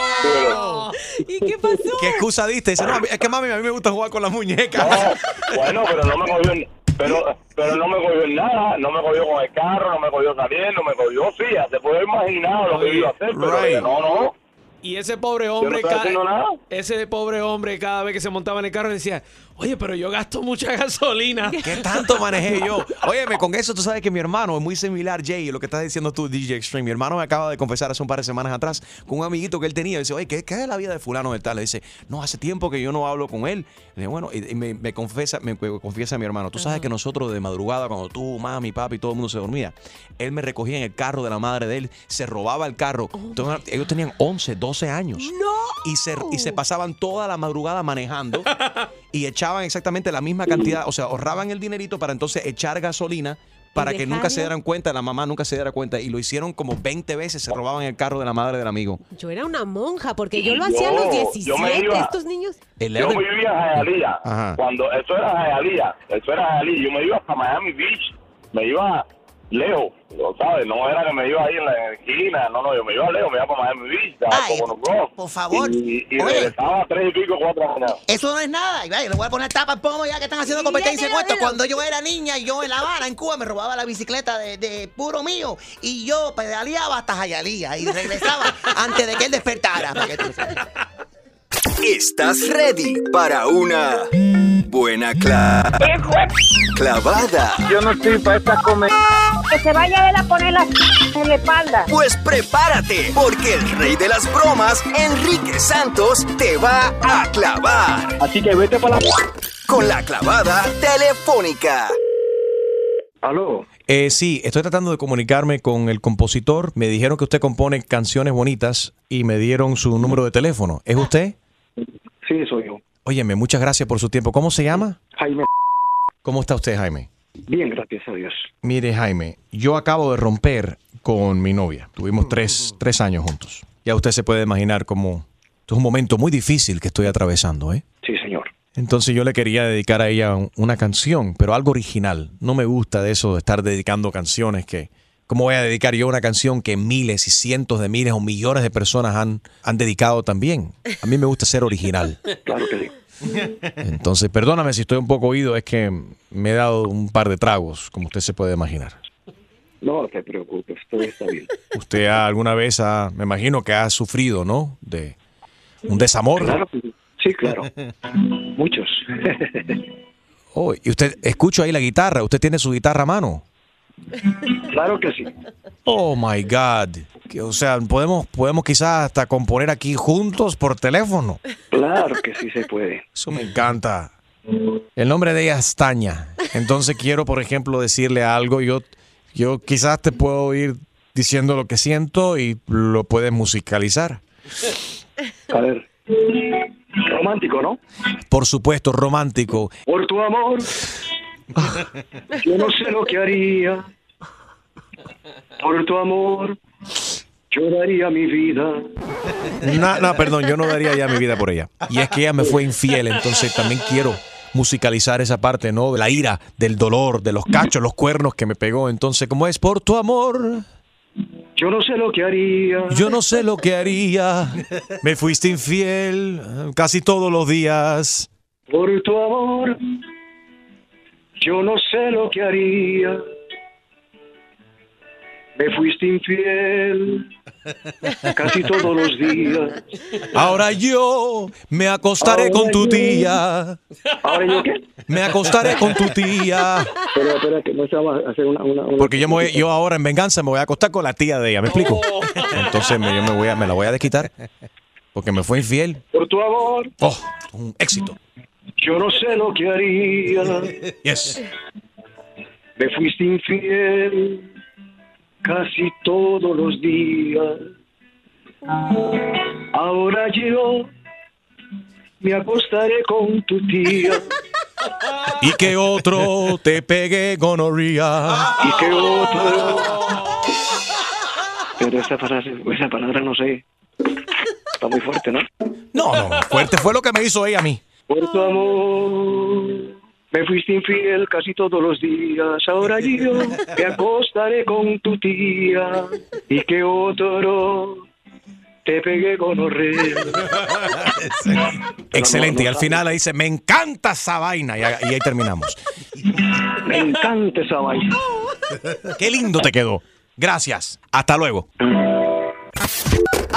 [SPEAKER 3] ¿Y qué pasó?
[SPEAKER 1] ¿Qué excusa diste? Dice, no, a mí- es que mami, a mí me gusta jugar con las muñecas.
[SPEAKER 15] Bueno, pero no me cogió en, pero, pero no me cogió en nada, no me cogió con el carro, no me cogió saliendo, me cogió sí, ya se puede imaginar lo que iba a hacer, pero
[SPEAKER 4] Right.
[SPEAKER 15] no, no.
[SPEAKER 4] Y ese pobre
[SPEAKER 15] no
[SPEAKER 4] hombre,
[SPEAKER 15] estoy haciendo nada.
[SPEAKER 4] ese pobre hombre cada vez que se montaba en el carro decía, oye, pero yo gasto mucha gasolina.
[SPEAKER 1] ¿Qué tanto manejé yo? Óyeme, con eso tú sabes que mi hermano es muy similar, Jay, lo que estás diciendo tú, DJ Extreme. Mi hermano me acaba de confesar hace un par de semanas atrás con un amiguito que él tenía. Dice, oye, ¿qué, qué es la vida de fulano de tal? Le dice, no, hace tiempo que yo no hablo con él. Le digo, bueno, y, y me, me confesa, me, me confiesa mi hermano. Tú sabes que nosotros de madrugada, cuando tú, mami, papi, todo el mundo se dormía, él me recogía en el carro de la madre de él, se robaba el carro. Entonces, ellos tenían 11, 12 años. Y se, y se pasaban toda la madrugada manejando y echaban exactamente la misma cantidad, o sea, ahorraban el dinerito para entonces echar gasolina para que nunca se
[SPEAKER 3] dejarlo.
[SPEAKER 1] dieran cuenta, la mamá nunca se diera cuenta y lo hicieron como 20 veces, se robaban el carro de la madre del amigo.
[SPEAKER 3] Yo era una monja porque yo lo hacía a los
[SPEAKER 15] Yo-
[SPEAKER 3] 17.
[SPEAKER 15] yo me iba-
[SPEAKER 3] Estos niños.
[SPEAKER 15] Yo vivía en Jayalía.
[SPEAKER 1] Ajá.
[SPEAKER 15] Cuando eso era Jayalía, eso era Jayalía. Yo me iba hasta Miami Beach, me iba lejos, lo sabes, no era que me iba ahí en la esquina, no, no, yo me iba lejos, me iba para Miami Beach, a
[SPEAKER 12] Ay,
[SPEAKER 15] Pocono Grove.
[SPEAKER 12] por favor.
[SPEAKER 15] Y, y
[SPEAKER 12] Oye.
[SPEAKER 15] regresaba a tres y pico, cuatro de la mañana.
[SPEAKER 12] Eso no es nada. Y vaya, le voy a poner tapa al pomo ya que están haciendo competencia en
[SPEAKER 15] Mírate,
[SPEAKER 12] esto.
[SPEAKER 15] mírate.
[SPEAKER 12] Cuando yo era niña, yo en La Habana, en Cuba, me robaba la bicicleta de, de puro mío y yo pedaleaba hasta Jayalía y regresaba antes de que él despertara. para que tú sepas.
[SPEAKER 14] ¿Estás ready para una buena cla- clavada? Yo no estoy para esta comer.
[SPEAKER 13] Que se vaya él a poner la en la espalda.
[SPEAKER 14] Pues prepárate, porque el rey de las bromas, Enrique Santos, te va a clavar. Así que vete para la... Con la clavada telefónica.
[SPEAKER 1] ¿Aló? Eh, sí, estoy tratando de comunicarme con el compositor. Me dijeron que usted compone canciones bonitas y me dieron su número de teléfono. ¿Es usted?
[SPEAKER 16] Sí, soy yo.
[SPEAKER 1] Óyeme, muchas gracias por su tiempo. ¿Cómo se llama?
[SPEAKER 16] Jaime.
[SPEAKER 1] ¿Cómo está usted, Jaime?
[SPEAKER 16] Bien, gracias a Dios.
[SPEAKER 1] Mire, Jaime, yo acabo de romper con mi novia. Tuvimos tres, tres años juntos. Ya usted se puede imaginar cómo... Esto es un momento muy difícil que estoy atravesando, ¿eh?
[SPEAKER 16] Sí, señor.
[SPEAKER 1] Entonces yo le quería dedicar a ella un- una canción, pero algo original. No me gusta de eso de estar dedicando canciones que... ¿Cómo voy a dedicar yo una canción que miles y cientos de miles o millones de personas han, han dedicado también? A mí me gusta ser original.
[SPEAKER 16] Claro que sí.
[SPEAKER 1] Entonces, perdóname si estoy un poco oído, es que me he dado un par de tragos, como usted se puede imaginar.
[SPEAKER 16] No te preocupes, todo está bien.
[SPEAKER 1] Usted ha- alguna vez, ha- me imagino que ha sufrido, ¿no? De un desamor.
[SPEAKER 16] Claro, sí, claro. Muchos.
[SPEAKER 1] Oh, y usted, escucho ahí la guitarra, ¿usted tiene su guitarra a mano?
[SPEAKER 16] claro que sí.
[SPEAKER 1] Oh my God. Que, o sea, podemos, podemos quizás hasta componer aquí juntos por teléfono.
[SPEAKER 16] Claro que sí se puede.
[SPEAKER 1] Eso me encanta. El nombre de ella es Tania. Entonces quiero, por ejemplo, decirle algo. Yo, yo quizás te puedo ir diciendo lo que siento y lo puedes musicalizar.
[SPEAKER 16] A ver. Romántico, ¿no?
[SPEAKER 1] Por supuesto, romántico.
[SPEAKER 16] Por tu amor. Yo no sé lo que haría. Por tu amor. Yo daría mi vida.
[SPEAKER 1] No, no, perdón, yo no daría ya mi vida por ella. Y es que ella me fue infiel, entonces también quiero musicalizar esa parte, ¿no? De la ira, del dolor, de los cachos, los cuernos que me pegó. Entonces, como es por tu amor,
[SPEAKER 16] Yo no sé lo que haría.
[SPEAKER 1] yo no sé lo que haría. Me fuiste infiel eh, casi todos los días.
[SPEAKER 16] Por tu amor, yo no sé lo que haría. Me fuiste infiel casi todos los días.
[SPEAKER 1] Ahora yo me acostaré con tu tía.
[SPEAKER 16] ¿Ahora yo qué?
[SPEAKER 1] Me acostaré con tu tía.
[SPEAKER 16] Pero espera, que no se va a hacer una. una, una-
[SPEAKER 1] Porque yo, me voy- yo ahora en venganza me voy a acostar con la tía de ella, ¿me explico? Entonces me, yo me, voy a, me la voy a desquitar porque me fue infiel.
[SPEAKER 16] Por tu amor,
[SPEAKER 1] Oh, un éxito.
[SPEAKER 16] yo no sé lo que haría.
[SPEAKER 1] Yes.
[SPEAKER 16] Me fuiste infiel casi todos los días. Ahora yo me acostaré con tu tía.
[SPEAKER 1] Y que otro te pegue gonorría.
[SPEAKER 16] ¿Y qué otro? Pero esa frase, esa palabra no sé. Está muy fuerte, ¿no?
[SPEAKER 1] No, no, fuerte fue lo que me hizo ella a mí.
[SPEAKER 16] Por tu amor, me fuiste infiel casi todos los días. Ahora yo me acostaré con tu tía. Y que otro te pegué con
[SPEAKER 1] Excelente. Y al final le dice, me encanta esa vaina. Y, a- y ahí terminamos.
[SPEAKER 16] Me encanta esa vaina.
[SPEAKER 1] Qué lindo te quedó. Gracias. Hasta luego.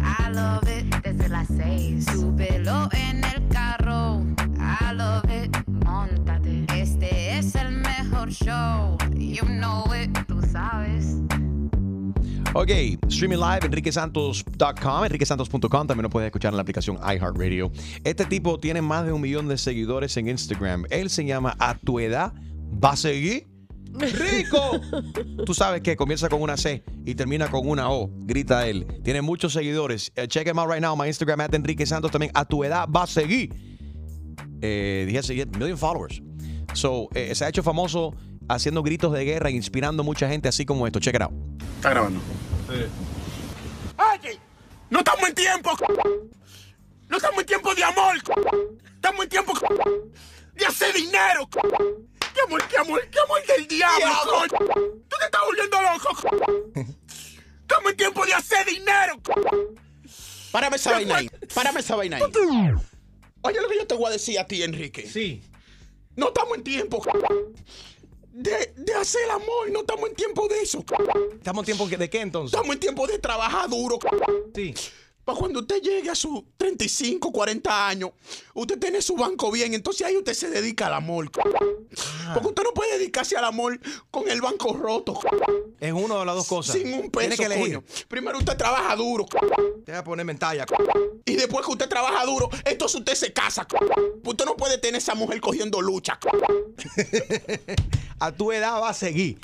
[SPEAKER 17] I love it. Desde las seis, súbelo en el carro, I love it. Móntate, este es el mejor show, you know it, tú sabes.
[SPEAKER 1] Ok, streaming live, enriquesantos.com, enriquesantos.com, también lo puedes escuchar en la aplicación iHeartRadio. Este tipo tiene más de un millón de seguidores en Instagram. Él se llama A Tu Edad, ¿va a seguir? ¡Rico! Tú sabes que comienza con una C y termina con una O. Grita él. Tiene muchos seguidores. Eh, check him out right now. My Instagram, at Enrique Santos. También a tu edad va a seguir. Eh, dije seguir, million followers. So, eh, se ha hecho famoso haciendo gritos de guerra e inspirando mucha gente así como esto. Check it out.
[SPEAKER 18] Está grabando. ¡Oye! ¡No estamos en tiempo! ¡No estamos en tiempo de amor! ¡Estamos en tiempo de hacer dinero! ¡Qué amor, qué amor, qué amor del diablo! coño! ¡Tú te estás volviendo loco! ¡Estamos en tiempo de hacer dinero!
[SPEAKER 19] Párame esa vaina ahí. Párame esa vaina ahí. Oye lo que yo te voy a decir a ti, Enrique. Sí. No estamos en tiempo de, de hacer el amor. No estamos en tiempo de eso.
[SPEAKER 1] ¿Estamos en tiempo de qué entonces?
[SPEAKER 19] Estamos en tiempo de trabajar duro. Sí. Para cuando usted llegue a sus 35, 40 años, usted tiene su banco bien, entonces ahí usted se dedica al amor.
[SPEAKER 1] Ah.
[SPEAKER 19] Porque usted no puede dedicarse al amor con el banco roto.
[SPEAKER 1] Es una de las dos cosas.
[SPEAKER 19] Sin un peso,
[SPEAKER 1] Tiene que elegir.
[SPEAKER 19] coño. Primero usted trabaja duro. Te
[SPEAKER 1] voy a poner mentalla.
[SPEAKER 19] Y después que usted trabaja duro, entonces usted se casa. Usted no puede tener esa mujer cogiendo lucha.
[SPEAKER 1] a tu edad va a seguir.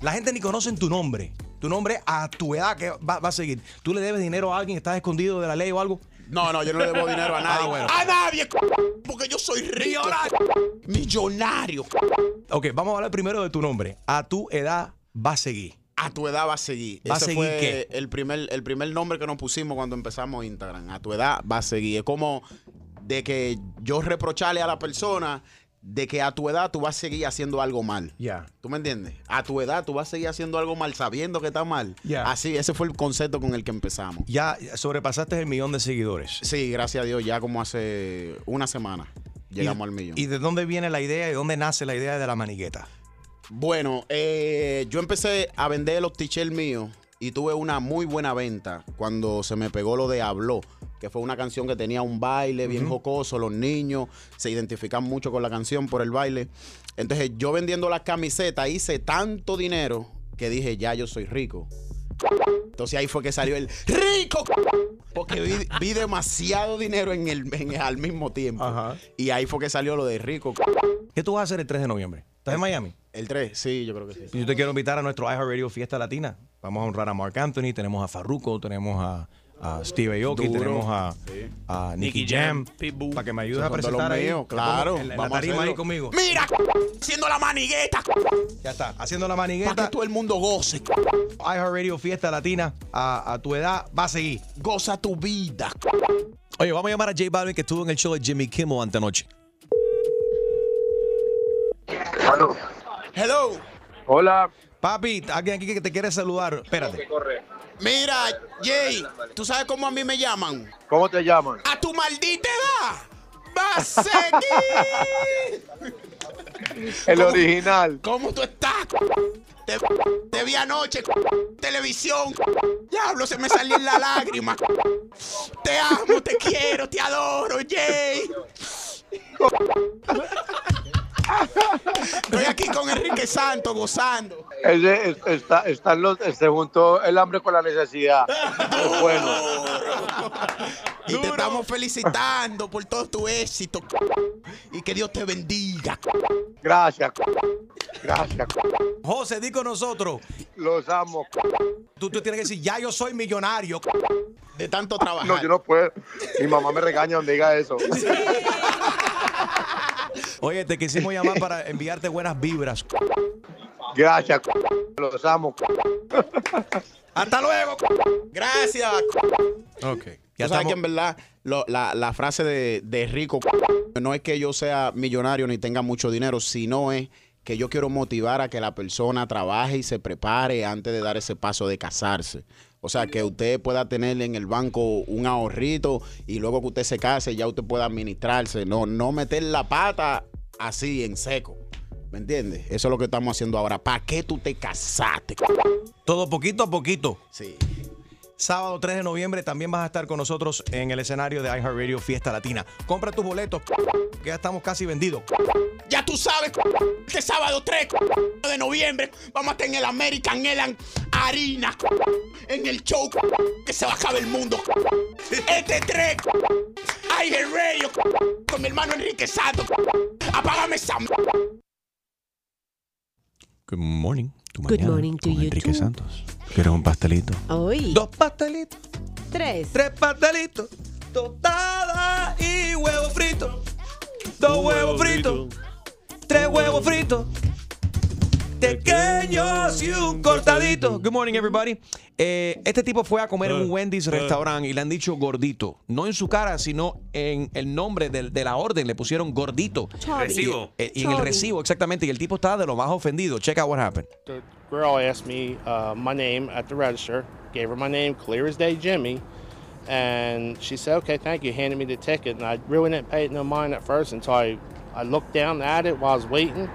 [SPEAKER 1] La gente ni conocen tu nombre. Tu nombre a tu edad que va, va a seguir. ¿Tú le debes dinero a alguien? ¿Estás escondido de la ley o algo? Ah,
[SPEAKER 19] No, no, yo no le debo dinero a nadie. A nadie, porque yo soy rico. Millonario.
[SPEAKER 1] Ok, vamos a hablar primero de tu nombre. A tu edad va a seguir.
[SPEAKER 19] A tu edad va a seguir.
[SPEAKER 1] ¿Va a
[SPEAKER 19] Ese
[SPEAKER 1] seguir
[SPEAKER 19] fue
[SPEAKER 1] qué?
[SPEAKER 19] El primer, el primer nombre que nos pusimos cuando empezamos Instagram. A tu edad va a seguir. Es como de que yo reprocharle a la persona de que a tu edad tú vas a seguir haciendo algo mal.
[SPEAKER 1] Ya.
[SPEAKER 19] ¿Tú me entiendes? A tu edad tú vas a seguir haciendo algo mal sabiendo que está mal. Así, ese fue el concepto con el que empezamos.
[SPEAKER 1] Ya sobrepasaste el millón de seguidores.
[SPEAKER 19] Sí, gracias a Dios, ya como hace una semana llegamos
[SPEAKER 1] ¿Y-
[SPEAKER 19] al millón.
[SPEAKER 1] ¿Y de dónde viene la idea y dónde nace la idea de la manigueta?
[SPEAKER 19] Bueno, eh, yo empecé a vender los t-shirts míos y tuve una muy buena venta cuando se me pegó lo de Habló, que fue una canción que tenía un baile bien
[SPEAKER 5] Ujú.
[SPEAKER 19] jocoso, los niños se identifican mucho con la canción por el baile. Entonces yo vendiendo las camisetas hice tanto dinero que dije, ya yo soy rico. Entonces ahí fue que salió el rico, porque vi, vi demasiado dinero en el, en el- al mismo tiempo. Y ahí fue que salió lo de rico.
[SPEAKER 1] ¿Qué tú vas a hacer el 3 de noviembre? ¿Estás en Miami?
[SPEAKER 19] El 3, sí, yo creo que sí.
[SPEAKER 1] Yo te quiero invitar a nuestro iHeartRadio Fiesta Latina. Vamos a honrar a Mark Anthony, tenemos a Farruko, tenemos a, a Steve Aoki,
[SPEAKER 19] Duro.
[SPEAKER 1] tenemos a,
[SPEAKER 19] Sí.
[SPEAKER 1] a Nicky Jam. Para que me ayudes
[SPEAKER 19] Son
[SPEAKER 1] a
[SPEAKER 19] todos
[SPEAKER 1] presentar
[SPEAKER 19] los
[SPEAKER 1] ahí.
[SPEAKER 19] míos,
[SPEAKER 1] Te pongo
[SPEAKER 19] claro,
[SPEAKER 1] en la- en la
[SPEAKER 19] vamos a
[SPEAKER 1] tarima ahí
[SPEAKER 19] hacerlo.
[SPEAKER 1] conmigo.
[SPEAKER 19] Mira, siendo la manigueta.
[SPEAKER 1] Ya está, haciendo la manigueta. Para que
[SPEAKER 19] todo el mundo goce.
[SPEAKER 1] iHeartRadio Fiesta Latina, a, a tu edad, va a seguir.
[SPEAKER 19] Goza tu vida.
[SPEAKER 1] Oye, vamos a llamar a J Balvin que estuvo en el show de Jimmy Kimmel antenoche.
[SPEAKER 19] Hello.
[SPEAKER 1] Hola. Papi, alguien aquí que te quiere saludar. Espérate.
[SPEAKER 19] Mira, Jay, ¿tú sabes cómo a mí me llaman?
[SPEAKER 20] ¿Cómo te llaman?
[SPEAKER 19] A tu maldita edad. Va a seguir.
[SPEAKER 20] El original.
[SPEAKER 19] ¿Cómo tú estás? Te, te vi anoche, televisión. Diablo, se me salió la lágrima. Te amo, te quiero, te adoro, Jay. Estoy aquí con Enrique Santos gozando.
[SPEAKER 20] Es de- es- está, están los, se juntó el hambre con la necesidad. Qué bueno.
[SPEAKER 19] Y te estamos felicitando por todo tu éxito. Y que Dios te bendiga.
[SPEAKER 20] Gracias. Gracias.
[SPEAKER 1] José, di con nosotros.
[SPEAKER 20] Los amo.
[SPEAKER 1] Tú, tú tienes que decir, ya yo soy millonario.
[SPEAKER 19] De tanto trabajo.
[SPEAKER 20] No, yo no puedo. Mi mamá me regaña donde diga eso.
[SPEAKER 1] Oye, te quisimos llamar para enviarte buenas vibras.
[SPEAKER 20] Gracias. Los amo.
[SPEAKER 1] Hasta luego.
[SPEAKER 19] Gracias.
[SPEAKER 1] Ok.
[SPEAKER 19] Ya sabes que en verdad lo- la, la frase de, de rico no es que yo sea millonario ni tenga mucho dinero, sino es que yo quiero motivar a que la persona trabaje y se prepare antes de dar ese paso de casarse. O sea, que usted pueda tener en el banco un ahorrito y luego que usted se case ya usted pueda administrarse. No, no meter la pata así en seco. ¿Me entiendes? Eso es lo que estamos haciendo ahora. ¿Para qué tú te casaste?
[SPEAKER 1] Todo poquito a poquito.
[SPEAKER 19] Sí.
[SPEAKER 1] Sábado 3 de noviembre también vas a estar con nosotros en el escenario de iHeartRadio Fiesta Latina. Compra tus boletos, que ya estamos casi vendidos.
[SPEAKER 19] Ya tú sabes que sábado 3 de noviembre vamos a tener el American Elan Arena en el show que se va a acabar el mundo. Este 3 hay el radio con mi hermano Enrique Sato. Apágame esa. m-
[SPEAKER 1] Good morning. Tu
[SPEAKER 3] Good
[SPEAKER 1] mañana
[SPEAKER 3] morning to
[SPEAKER 1] con
[SPEAKER 3] you
[SPEAKER 1] Enrique
[SPEAKER 3] too.
[SPEAKER 1] Santos. ¿Quieres un pastelito?
[SPEAKER 3] Hoy.
[SPEAKER 1] Dos pastelitos.
[SPEAKER 3] Tres.
[SPEAKER 1] Tres pastelitos. Tostada y huevo frito. Dos huevos fritos. Tres huevos fritos. Pequeños y un cortadito. Good morning, everybody. Eh, este tipo fue a comer en un Wendy's restaurante y le han dicho gordito. No en su cara, sino en el nombre del- de la orden. Le pusieron gordito.
[SPEAKER 5] Chubby. Recibo.
[SPEAKER 1] Y, eh, y en el
[SPEAKER 5] Chubby.
[SPEAKER 1] recibo, exactamente. Y el tipo estaba de lo más ofendido. Check out what happened.
[SPEAKER 5] The girl asked me uh, my name at the register, gave her my name, clear as day, Jimmy. And she said, okay, thank you, handed me the ticket. And I really didn't pay it no mind at first until I, I looked down at it while I was waiting.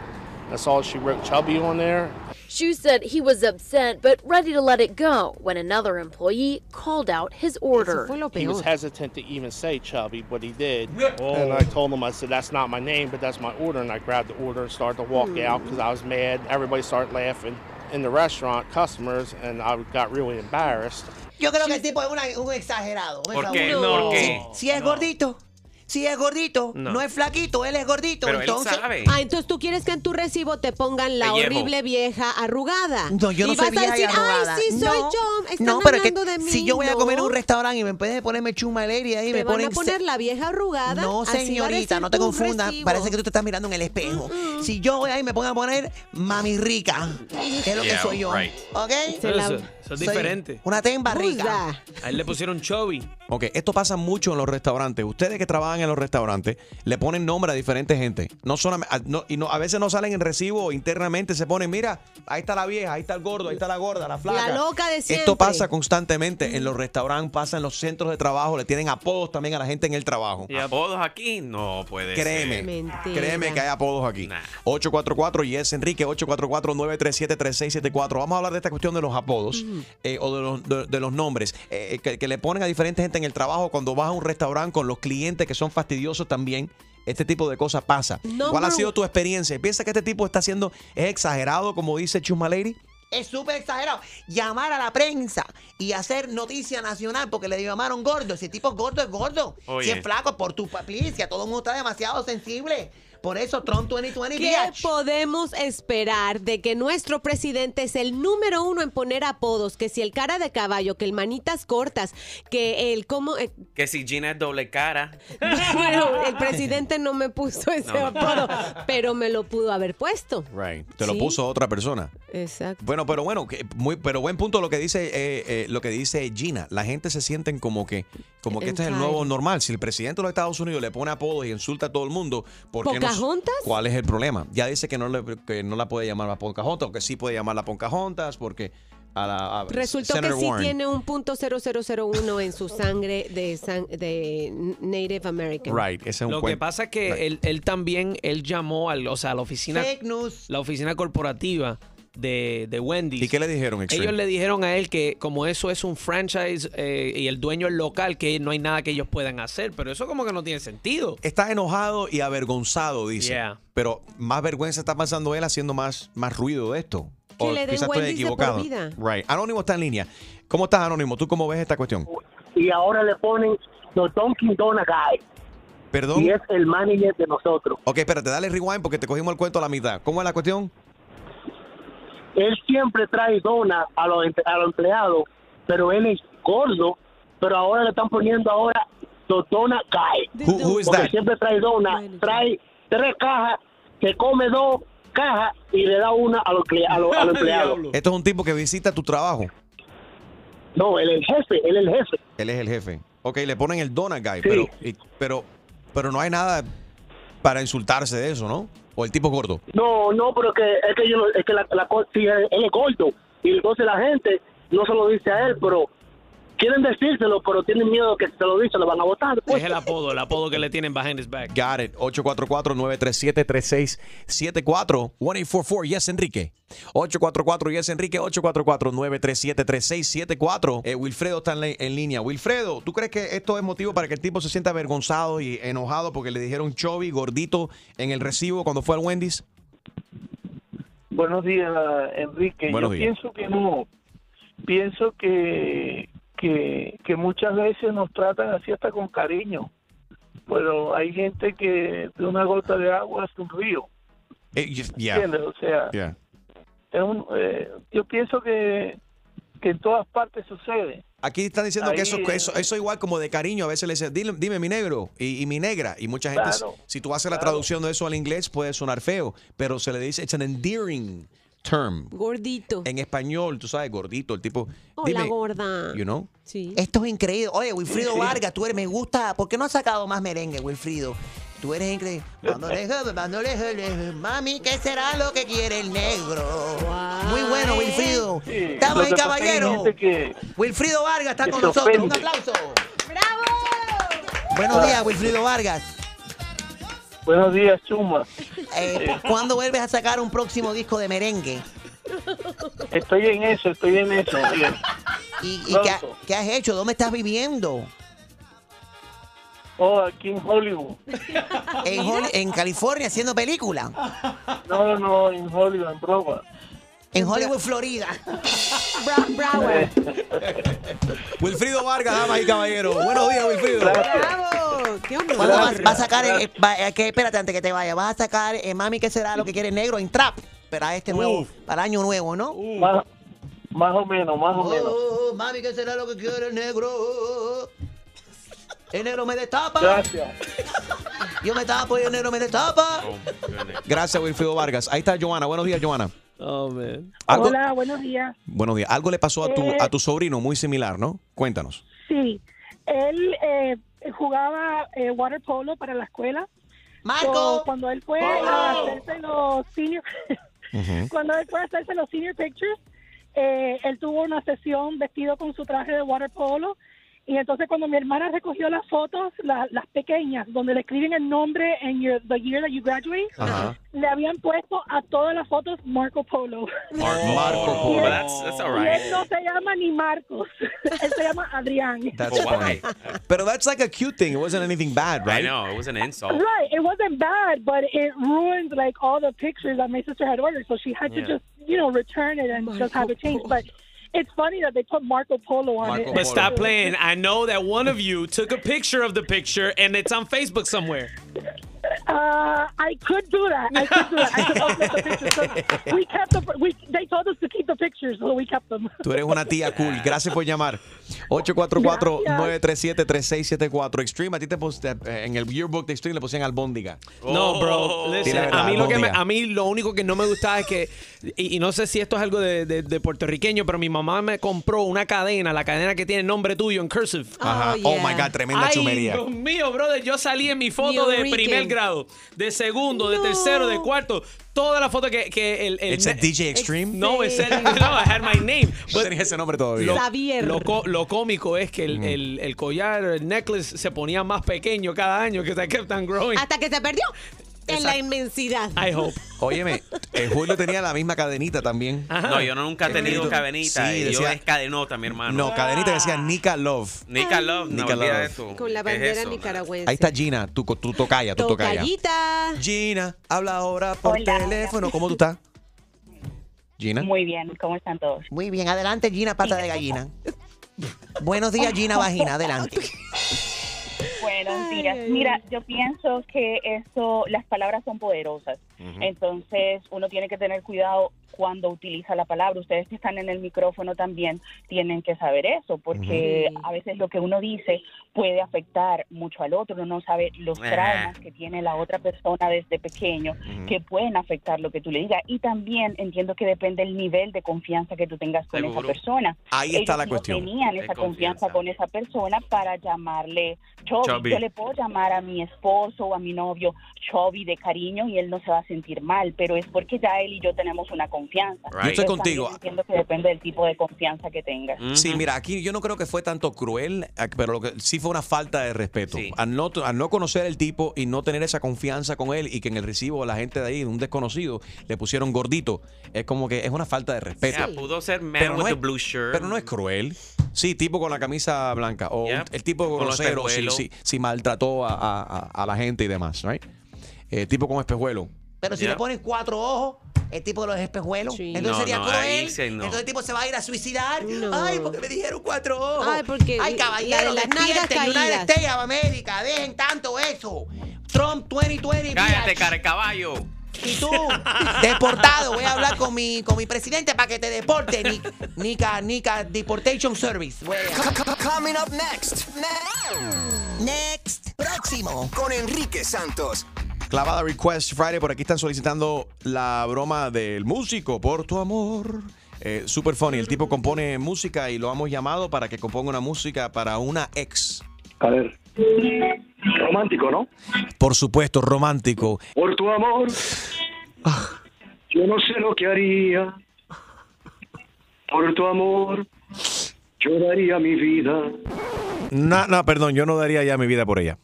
[SPEAKER 5] I saw she wrote chubby on there.
[SPEAKER 21] Shu said he was upset but ready to let it go when another employee called out his order.
[SPEAKER 5] He was hesitant to even say chubby, but he did. And I told him, I said, that's not my name, but that's my order. And I grabbed the order and started to walk
[SPEAKER 21] Hmm.
[SPEAKER 5] out because I was mad. Everybody started laughing in the restaurant, customers, and I got really embarrassed.
[SPEAKER 12] Yo creo que el tipo es una- un exagerado. un
[SPEAKER 5] ¿Por qué?
[SPEAKER 12] exagerado.
[SPEAKER 5] No. ¿Por qué?
[SPEAKER 12] Si, si es gordito, si es gordito,
[SPEAKER 5] No.
[SPEAKER 12] no, es flaquito, él es gordito. entonces,
[SPEAKER 3] Ah, entonces tú quieres que en tu recibo te pongan la
[SPEAKER 12] Pellejo.
[SPEAKER 3] horrible vieja arrugada.
[SPEAKER 12] No, yo no
[SPEAKER 3] y
[SPEAKER 12] soy
[SPEAKER 3] vas a
[SPEAKER 12] vieja y
[SPEAKER 3] decir,
[SPEAKER 12] arrugada.
[SPEAKER 3] ay, sí, soy
[SPEAKER 12] No,
[SPEAKER 3] yo. Están
[SPEAKER 12] no, pero es que
[SPEAKER 3] hablando de mí.
[SPEAKER 12] si yo voy a comer en
[SPEAKER 3] ¿no?
[SPEAKER 12] un restaurante y me en vez de ponerme chuma el aire ahí
[SPEAKER 3] Te
[SPEAKER 12] me
[SPEAKER 3] van
[SPEAKER 12] ponen
[SPEAKER 3] a poner la vieja arrugada.
[SPEAKER 12] No,
[SPEAKER 3] así va a
[SPEAKER 12] señorita,
[SPEAKER 3] decir
[SPEAKER 12] no te
[SPEAKER 3] tu
[SPEAKER 12] confundas.
[SPEAKER 3] recibo.
[SPEAKER 12] Parece que tú te estás mirando en el espejo. Si yo voy ahí me pongo a poner mami rica, que es lo que
[SPEAKER 4] Yeah,
[SPEAKER 12] soy yo.
[SPEAKER 4] right.
[SPEAKER 12] ¿Ok?
[SPEAKER 4] Pero eso, eso
[SPEAKER 12] Soy
[SPEAKER 4] es diferente.
[SPEAKER 12] Una temba rica.
[SPEAKER 4] A él le pusieron chubby.
[SPEAKER 1] Ok, esto pasa mucho en los restaurantes. Ustedes que trabajan en los restaurantes le ponen nombre a diferente gente. No solamente, a- no- y no, a veces no salen en recibo, internamente se ponen, mira, ahí está la vieja, ahí está el gordo, ahí está la gorda, la flaca.
[SPEAKER 3] La loca de siempre.
[SPEAKER 1] Esto pasa constantemente en los restaurantes, pasa en los centros de trabajo, le tienen apodos también a la gente en el trabajo.
[SPEAKER 22] ¿Y apodos aquí? No puede
[SPEAKER 1] Créeme,
[SPEAKER 22] ser.
[SPEAKER 1] créeme que hay apodos aquí. 844 y es Enrique 844 937 3674. Vamos a hablar de esta cuestión de los apodos
[SPEAKER 22] Ujú.
[SPEAKER 1] eh, o de los, de- de los nombres eh, que, que le ponen a diferente gente en el trabajo cuando vas a un restaurante con los clientes que son fastidiosos también. Este tipo de cosas pasa.
[SPEAKER 12] Number
[SPEAKER 1] ¿Cuál ha
[SPEAKER 12] one.
[SPEAKER 1] sido tu experiencia? ¿Piensas que este tipo está siendo es exagerado como dice Chuma Lady?
[SPEAKER 12] Es súper exagerado. Llamar a la prensa y hacer noticia nacional porque le llamaron gordo. Si el tipo es gordo, es gordo.
[SPEAKER 1] Oye.
[SPEAKER 12] Si es flaco, por tu paplicia. Todo el mundo está demasiado sensible. Por eso Trump 2020,
[SPEAKER 3] ¿Qué
[SPEAKER 12] bitch.
[SPEAKER 3] podemos esperar de que nuestro presidente es el número uno en poner apodos? Que si el cara de caballo, que el manitas cortas, que el cómo... eh,
[SPEAKER 22] Que si Gina es doble cara.
[SPEAKER 3] bueno, el presidente no me puso ese
[SPEAKER 22] No, no.
[SPEAKER 3] apodo, pero me lo pudo haber puesto.
[SPEAKER 1] Te lo
[SPEAKER 3] Sí.
[SPEAKER 1] puso otra persona.
[SPEAKER 3] Exacto.
[SPEAKER 1] Bueno, pero bueno, que muy, pero buen punto lo que dice eh, eh, lo que dice Gina. La gente se sienten como que como que este es el nuevo normal. Si el presidente de los Estados Unidos le pone apodos y insulta a todo el mundo, ¿por qué no-
[SPEAKER 3] ¿Pocahontas?
[SPEAKER 1] ¿Cuál es el problema? Ya dice que no le- que no la puede llamar a Pocahontas, o que sí puede llamarla Pocahontas, porque a la a
[SPEAKER 3] Resultó
[SPEAKER 1] Pues, Senator
[SPEAKER 3] que sí
[SPEAKER 1] Warren.
[SPEAKER 3] tiene un punto 0001 en su sangre de, san- de Native American.
[SPEAKER 1] Right, ese es un
[SPEAKER 4] Lo que
[SPEAKER 1] cuento.
[SPEAKER 4] pasa es que él, él también, él llamó al, o sea, a la oficina,
[SPEAKER 12] Fake news.
[SPEAKER 4] la oficina corporativa de, de Wendy's.
[SPEAKER 1] ¿Y qué le dijeron, Extreme?
[SPEAKER 4] Ellos le dijeron a él que como eso es un franchise eh, y el dueño es local, que no hay nada que ellos puedan hacer, pero eso como que no tiene sentido.
[SPEAKER 1] Está enojado y avergonzado, dice.
[SPEAKER 4] Yeah.
[SPEAKER 1] Pero más vergüenza está pasando él haciendo más, más ruido de esto.
[SPEAKER 3] Que le den Wendy's de por vida.
[SPEAKER 1] Right. Anónimo está en línea. ¿Cómo estás, Anónimo? ¿Tú cómo ves esta cuestión?
[SPEAKER 23] y ahora le ponen los Dunkin' Donut Guy.
[SPEAKER 1] Perdón.
[SPEAKER 23] Y es el manager de nosotros.
[SPEAKER 1] Ok, espérate, dale rewind porque te cogimos el cuento a la mitad. ¿Cómo es la cuestión?
[SPEAKER 23] Él siempre trae donas a los, emple- a los empleados, pero él es gordo, pero ahora le están poniendo ahora los Donut Guy.
[SPEAKER 1] Who- who is
[SPEAKER 23] Porque
[SPEAKER 1] that?
[SPEAKER 23] siempre trae donas, trae tres cajas, se come dos cajas y le da una a los, cli- a los, a los empleados.
[SPEAKER 1] Esto es un tipo que visita tu trabajo.
[SPEAKER 23] No, él es el jefe, él es el jefe.
[SPEAKER 1] Él es el jefe. Ok, le ponen el donut guy,
[SPEAKER 23] Sí.
[SPEAKER 1] pero, y- pero, pero no hay nada para insultarse de eso, ¿no? O el tipo gordo.
[SPEAKER 23] No, no, pero que es que yo no- es que la, la co- sí, él él es gordo y entonces la gente no se lo dice a él, pero quieren decírselo, pero tienen miedo que si se lo dicen lo van a votar.
[SPEAKER 4] Es el apodo, el apodo que le tienen behind his back.
[SPEAKER 1] Got it. 844-937-3674. 1844 Yes Enrique. 844 Yes Enrique. 844-937-3674. Eh, Wilfredo está en, la- en línea. Wilfredo, ¿tú crees que esto es motivo para que el tipo se sienta avergonzado y enojado porque le dijeron chovy, gordito en el recibo cuando fue al Wendy's?
[SPEAKER 24] Buenos días, Enrique.
[SPEAKER 1] Buenos
[SPEAKER 24] Yo
[SPEAKER 1] días.
[SPEAKER 24] pienso que no. Pienso que, que, que muchas veces nos tratan así hasta con cariño. Pero hay gente que de una gota de agua hace un río.
[SPEAKER 1] Eh, y- yeah.
[SPEAKER 24] ¿Entiendes? O sea,
[SPEAKER 1] Yeah.
[SPEAKER 24] es un- eh, yo pienso que, que en todas partes sucede.
[SPEAKER 1] Aquí están diciendo que
[SPEAKER 24] Ahí,
[SPEAKER 1] eso, que eso, eso igual como de cariño. A veces le dicen, dime, dime mi negro y, y mi negra. Y mucha gente,
[SPEAKER 24] Claro,
[SPEAKER 1] si- si tú haces la traducción de eso al inglés, puede sonar feo. Pero se le dice, it's an endearing term.
[SPEAKER 3] Gordito.
[SPEAKER 1] En español, tú sabes, gordito, el tipo.
[SPEAKER 3] O
[SPEAKER 1] dime,
[SPEAKER 3] la gorda.
[SPEAKER 1] You know?
[SPEAKER 3] Sí.
[SPEAKER 12] Esto es increíble. Oye, Wilfrido
[SPEAKER 1] Sí.
[SPEAKER 12] Vargas, tú eres, me gusta. ¿Por qué no has sacado más merengue, Wilfrido? Tú eres increíble. Mándole, jale, mándole, jale, mami, ¿qué será lo que quiere el negro? Muy bueno, Wilfrido. Estamos
[SPEAKER 24] Lo
[SPEAKER 12] ahí,
[SPEAKER 24] que pasa es que hay
[SPEAKER 12] caballero.
[SPEAKER 24] gente que-
[SPEAKER 12] Wilfrido Vargas está
[SPEAKER 24] que
[SPEAKER 12] con
[SPEAKER 24] se
[SPEAKER 12] nosotros. Un
[SPEAKER 24] ofende.
[SPEAKER 12] aplauso. ¡Bravo! Buenos días, Wilfrido Vargas.
[SPEAKER 24] Buenos días, Chuma.
[SPEAKER 12] Eh, ¿Cuándo vuelves a sacar un próximo disco de merengue?
[SPEAKER 24] Estoy en eso, estoy en eso. oye.
[SPEAKER 12] ¿Y, y qué, ha- qué has hecho? ¿Dónde estás viviendo?
[SPEAKER 24] Oh, aquí en Hollywood. Ah,
[SPEAKER 12] En, Hol- en California haciendo película.
[SPEAKER 24] No, no, en Hollywood, en Broma.
[SPEAKER 12] En Hollywood, Florida.
[SPEAKER 1] Wilfrido Vargas, damas y caballeros. Buenos días, Wilfrido.
[SPEAKER 3] ¡Bravo! ¡Qué honor!
[SPEAKER 12] ¿Cuándo vas, vas a sacar? eh, eh, va- eh, que, espérate, antes que te vaya. Vas a sacar, eh, mami, ¿qué será lo que quiere negro en trap? Para este nuevo, para año nuevo, ¿no?
[SPEAKER 24] Más, más o menos, más o menos.
[SPEAKER 12] Oh, mami, ¿qué será lo que quiere el negro? El negro me destapa.
[SPEAKER 24] Gracias.
[SPEAKER 12] Yo me tapo y el negro me destapa.
[SPEAKER 1] Gracias, Wilfrido Vargas. Ahí está Joana. Buenos días, Joana.
[SPEAKER 4] Oh,
[SPEAKER 1] Algo-
[SPEAKER 10] Hola, buenos días.
[SPEAKER 1] Buenos días. Algo le pasó a tu,
[SPEAKER 10] Eh,
[SPEAKER 1] a tu sobrino muy similar, ¿no? Cuéntanos.
[SPEAKER 10] Sí, él eh, jugaba eh, water polo para la escuela.
[SPEAKER 12] Marco.
[SPEAKER 10] So, cuando él fue a hacerse los senior, cuando él fue a hacerse los senior pictures, eh, él tuvo una sesión vestido con su traje de water polo. Y entonces cuando mi hermana recogió las fotos, la- las pequeñas, donde le escriben el nombre en your, the year that you graduate,
[SPEAKER 1] Ajá.
[SPEAKER 10] le habían puesto a todas las fotos Marco Polo.
[SPEAKER 1] Oh.
[SPEAKER 14] Marco,
[SPEAKER 1] Marco
[SPEAKER 14] Polo.
[SPEAKER 1] Polo.
[SPEAKER 14] That's, that's all
[SPEAKER 10] Y él
[SPEAKER 14] right.
[SPEAKER 10] no se llama ni Marcos, él se llama Adrián.
[SPEAKER 1] That's funny. Pero that's like a cute thing. It wasn't anything bad, right?
[SPEAKER 14] Oh, I know, it was an
[SPEAKER 1] Oh.
[SPEAKER 14] insult.
[SPEAKER 10] Right, it wasn't bad, but it ruined like all the pictures that my sister had ordered, so she had
[SPEAKER 14] Yeah.
[SPEAKER 10] to just you know return it and just have it changed. But it's funny that they put Marco Polo on it.
[SPEAKER 4] But stop playing. I know that one of you took a picture of the picture and it's on Facebook somewhere.
[SPEAKER 10] Uh, I could do that. I could do that. I could upload the pictures. 'cause we kept the we they told us to keep the pictures, so we kept them.
[SPEAKER 1] Tú eres una tía cool. Gracias por llamar. 844-937-3674. Extreme, a ti te pos- te- eh, en el yearbook de Extreme le pusieron albóndiga.
[SPEAKER 14] Oh.
[SPEAKER 4] No, bro.
[SPEAKER 1] Di
[SPEAKER 4] Listen,
[SPEAKER 1] la Oh. verdad,
[SPEAKER 4] a, mí lo que me-
[SPEAKER 1] albóndiga.
[SPEAKER 4] a mí lo único que no me gustaba es que, y, y no sé si esto es algo de, de- de puertorriqueño, pero mi mamá me compró una cadena, la cadena que tiene el nombre tuyo en cursive.
[SPEAKER 1] Ajá. Oh, yeah. Oh, my God, tremenda
[SPEAKER 4] Ay,
[SPEAKER 1] chumería.
[SPEAKER 4] Dios mío, brother, yo salí en mi foto
[SPEAKER 1] New
[SPEAKER 4] de
[SPEAKER 1] Rican.
[SPEAKER 4] primer grado, de segundo, de tercero, de cuarto. Toda la foto que, que el, el
[SPEAKER 1] It's a
[SPEAKER 4] ne-
[SPEAKER 1] DJ Extreme?
[SPEAKER 4] No, it's a- no, I had my name.
[SPEAKER 1] No tenía ese nombre todavía.
[SPEAKER 4] Lo, lo co- lo cómico es que el, el- el collar, el necklace, se ponía más pequeño cada año que se kept on growing.
[SPEAKER 3] Hasta que se perdió en la
[SPEAKER 4] Exacto.
[SPEAKER 3] inmensidad.
[SPEAKER 4] I hope.
[SPEAKER 1] Óyeme, eh, Julio tenía la misma cadenita también.
[SPEAKER 14] No, yo nunca he tenido
[SPEAKER 1] Escrito.
[SPEAKER 14] cadenita.
[SPEAKER 1] Sí,
[SPEAKER 14] y yo
[SPEAKER 1] decía-
[SPEAKER 14] es cadenota, mi hermano.
[SPEAKER 1] No, cadenita decía Nika Love.
[SPEAKER 14] Nica Love, no
[SPEAKER 1] Nica
[SPEAKER 14] olvida
[SPEAKER 1] Love.
[SPEAKER 14] esto.
[SPEAKER 3] Con la
[SPEAKER 14] ¿Qué es
[SPEAKER 3] bandera
[SPEAKER 14] eso?
[SPEAKER 3] nicaragüense.
[SPEAKER 1] Ahí está Gina, tu, tu tocaya, tu tocaya.
[SPEAKER 3] Tocallita.
[SPEAKER 1] Gina, habla ahora por teléfono. ¿Cómo tú estás? Gina.
[SPEAKER 25] Muy bien, ¿cómo están todos?
[SPEAKER 12] Muy bien, adelante, Gina, pata de gallina. Buenos días, Gina Vagina, adelante.
[SPEAKER 25] Buenos días. Mira, yo pienso que eso, las palabras son poderosas.
[SPEAKER 11] Ujú.
[SPEAKER 25] Entonces, uno tiene que tener cuidado cuando utiliza la palabra. Ustedes que están en el micrófono también tienen que saber eso, porque
[SPEAKER 11] Ujú.
[SPEAKER 25] a veces lo que uno dice puede afectar mucho al otro. Uno no sabe los
[SPEAKER 1] Eh.
[SPEAKER 11] Ah.
[SPEAKER 25] traumas que tiene la otra persona desde pequeño
[SPEAKER 11] Ujú.
[SPEAKER 25] que pueden afectar lo que tú le digas. Y también entiendo que depende el nivel de confianza que tú tengas con
[SPEAKER 1] Seguro.
[SPEAKER 25] esa persona.
[SPEAKER 1] Ahí está
[SPEAKER 25] Ellos
[SPEAKER 1] la
[SPEAKER 25] no
[SPEAKER 1] cuestión.
[SPEAKER 25] tenían
[SPEAKER 1] Es
[SPEAKER 25] esa confianza con esa persona para llamarle Chubby.
[SPEAKER 1] Chubby.
[SPEAKER 25] Yo le puedo llamar a mi esposo o a mi novio Chubby de cariño y él no se va a sentir mal, pero es porque ya él y yo tenemos una confianza.
[SPEAKER 1] Yo estoy
[SPEAKER 25] Entonces,
[SPEAKER 1] contigo.
[SPEAKER 25] también Entiendo que depende del tipo de confianza que tengas.
[SPEAKER 1] Sí, mira, aquí yo no creo que fue tanto cruel, eh, pero lo que sí fue una falta de respeto. Al, no, al no conocer el tipo y no tener esa confianza con él y que en el recibo la gente de ahí, un desconocido, le pusieron gordito, es como que es una falta de respeto.
[SPEAKER 14] Yeah, pudo ser man
[SPEAKER 1] Pero no
[SPEAKER 14] with
[SPEAKER 1] es-
[SPEAKER 14] the blue shirt.
[SPEAKER 1] Pero no es cruel. Sí, tipo con la camisa blanca. O
[SPEAKER 14] Yeah.
[SPEAKER 1] un- el tipo
[SPEAKER 14] Con los
[SPEAKER 1] grosero, si,
[SPEAKER 14] espejuelos.
[SPEAKER 1] si, si maltrató a, a- a- a la gente y demás, ¿right? Eh, tipo con espejuelo.
[SPEAKER 12] Pero si
[SPEAKER 1] Yeah.
[SPEAKER 12] le pones cuatro ojos, el tipo de los espejuelos, entonces
[SPEAKER 1] No,
[SPEAKER 12] sería
[SPEAKER 1] no, ahí
[SPEAKER 12] cruel.
[SPEAKER 1] sí no.
[SPEAKER 12] Entonces el tipo se va a ir a suicidar. Ay, porque me dijeron cuatro ojos.
[SPEAKER 3] Ay, porque
[SPEAKER 12] Ay,
[SPEAKER 3] la
[SPEAKER 12] caballero,
[SPEAKER 3] de las nalgas
[SPEAKER 12] despierten, United
[SPEAKER 3] caídas.
[SPEAKER 12] States of America, dejen tanto eso. Trump 2020.
[SPEAKER 14] Cállate,
[SPEAKER 12] bitch.
[SPEAKER 14] cara de caballo.
[SPEAKER 12] Y tú, deportado, voy a hablar con mi, con mi presidente para que te deporte. Ni- Nica, Nica, Deportation Service. Voy a-
[SPEAKER 14] Coming up next.
[SPEAKER 12] Next. Próximo.
[SPEAKER 14] Con Enrique Santos.
[SPEAKER 1] Clavada Request Friday, por aquí están solicitando la broma del músico por tu amor. Eh, super funny, el tipo compone música y lo hemos llamado para que componga una música para una ex.
[SPEAKER 9] A ver. Romántico, ¿no?
[SPEAKER 1] Por supuesto, romántico.
[SPEAKER 9] Por tu amor. Yo no sé lo que haría. Por tu amor. Yo daría mi vida.
[SPEAKER 1] No, no, perdón, yo no daría ya mi vida por ella.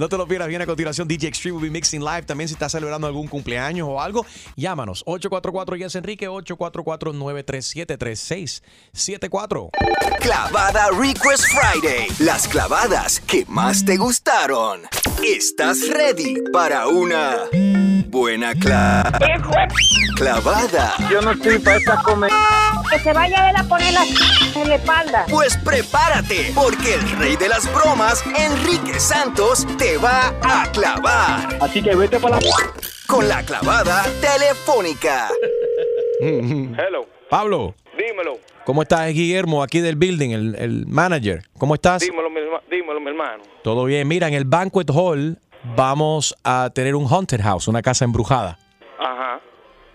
[SPEAKER 1] no te lo pierdas, viene a continuación DJ Extreme will be mixing live. También si estás celebrando algún cumpleaños o algo, llámanos 844 yes Enrique 844 937 3674.
[SPEAKER 14] Clavada Request Friday. Las clavadas que más te gustaron. ¿Estás ready para una buena cla clavada? Yo no estoy para esta comer.
[SPEAKER 13] Que se vaya a poner la en la espalda.
[SPEAKER 14] Pues prepárate, porque el rey de las bromas, Enrique Santos, te va a clavar. Así que vete para la... Con la clavada telefónica.
[SPEAKER 1] Hello. Pablo,
[SPEAKER 8] Dímelo,
[SPEAKER 1] ¿cómo estás? Es Guillermo, aquí del building, el, el manager. ¿Cómo estás?
[SPEAKER 8] dímelo, mi, herma- dímelo, mi hermano.
[SPEAKER 1] Todo bien. Mira, en el banquet hall vamos a tener un haunted house, una casa embrujada.
[SPEAKER 8] Ajá.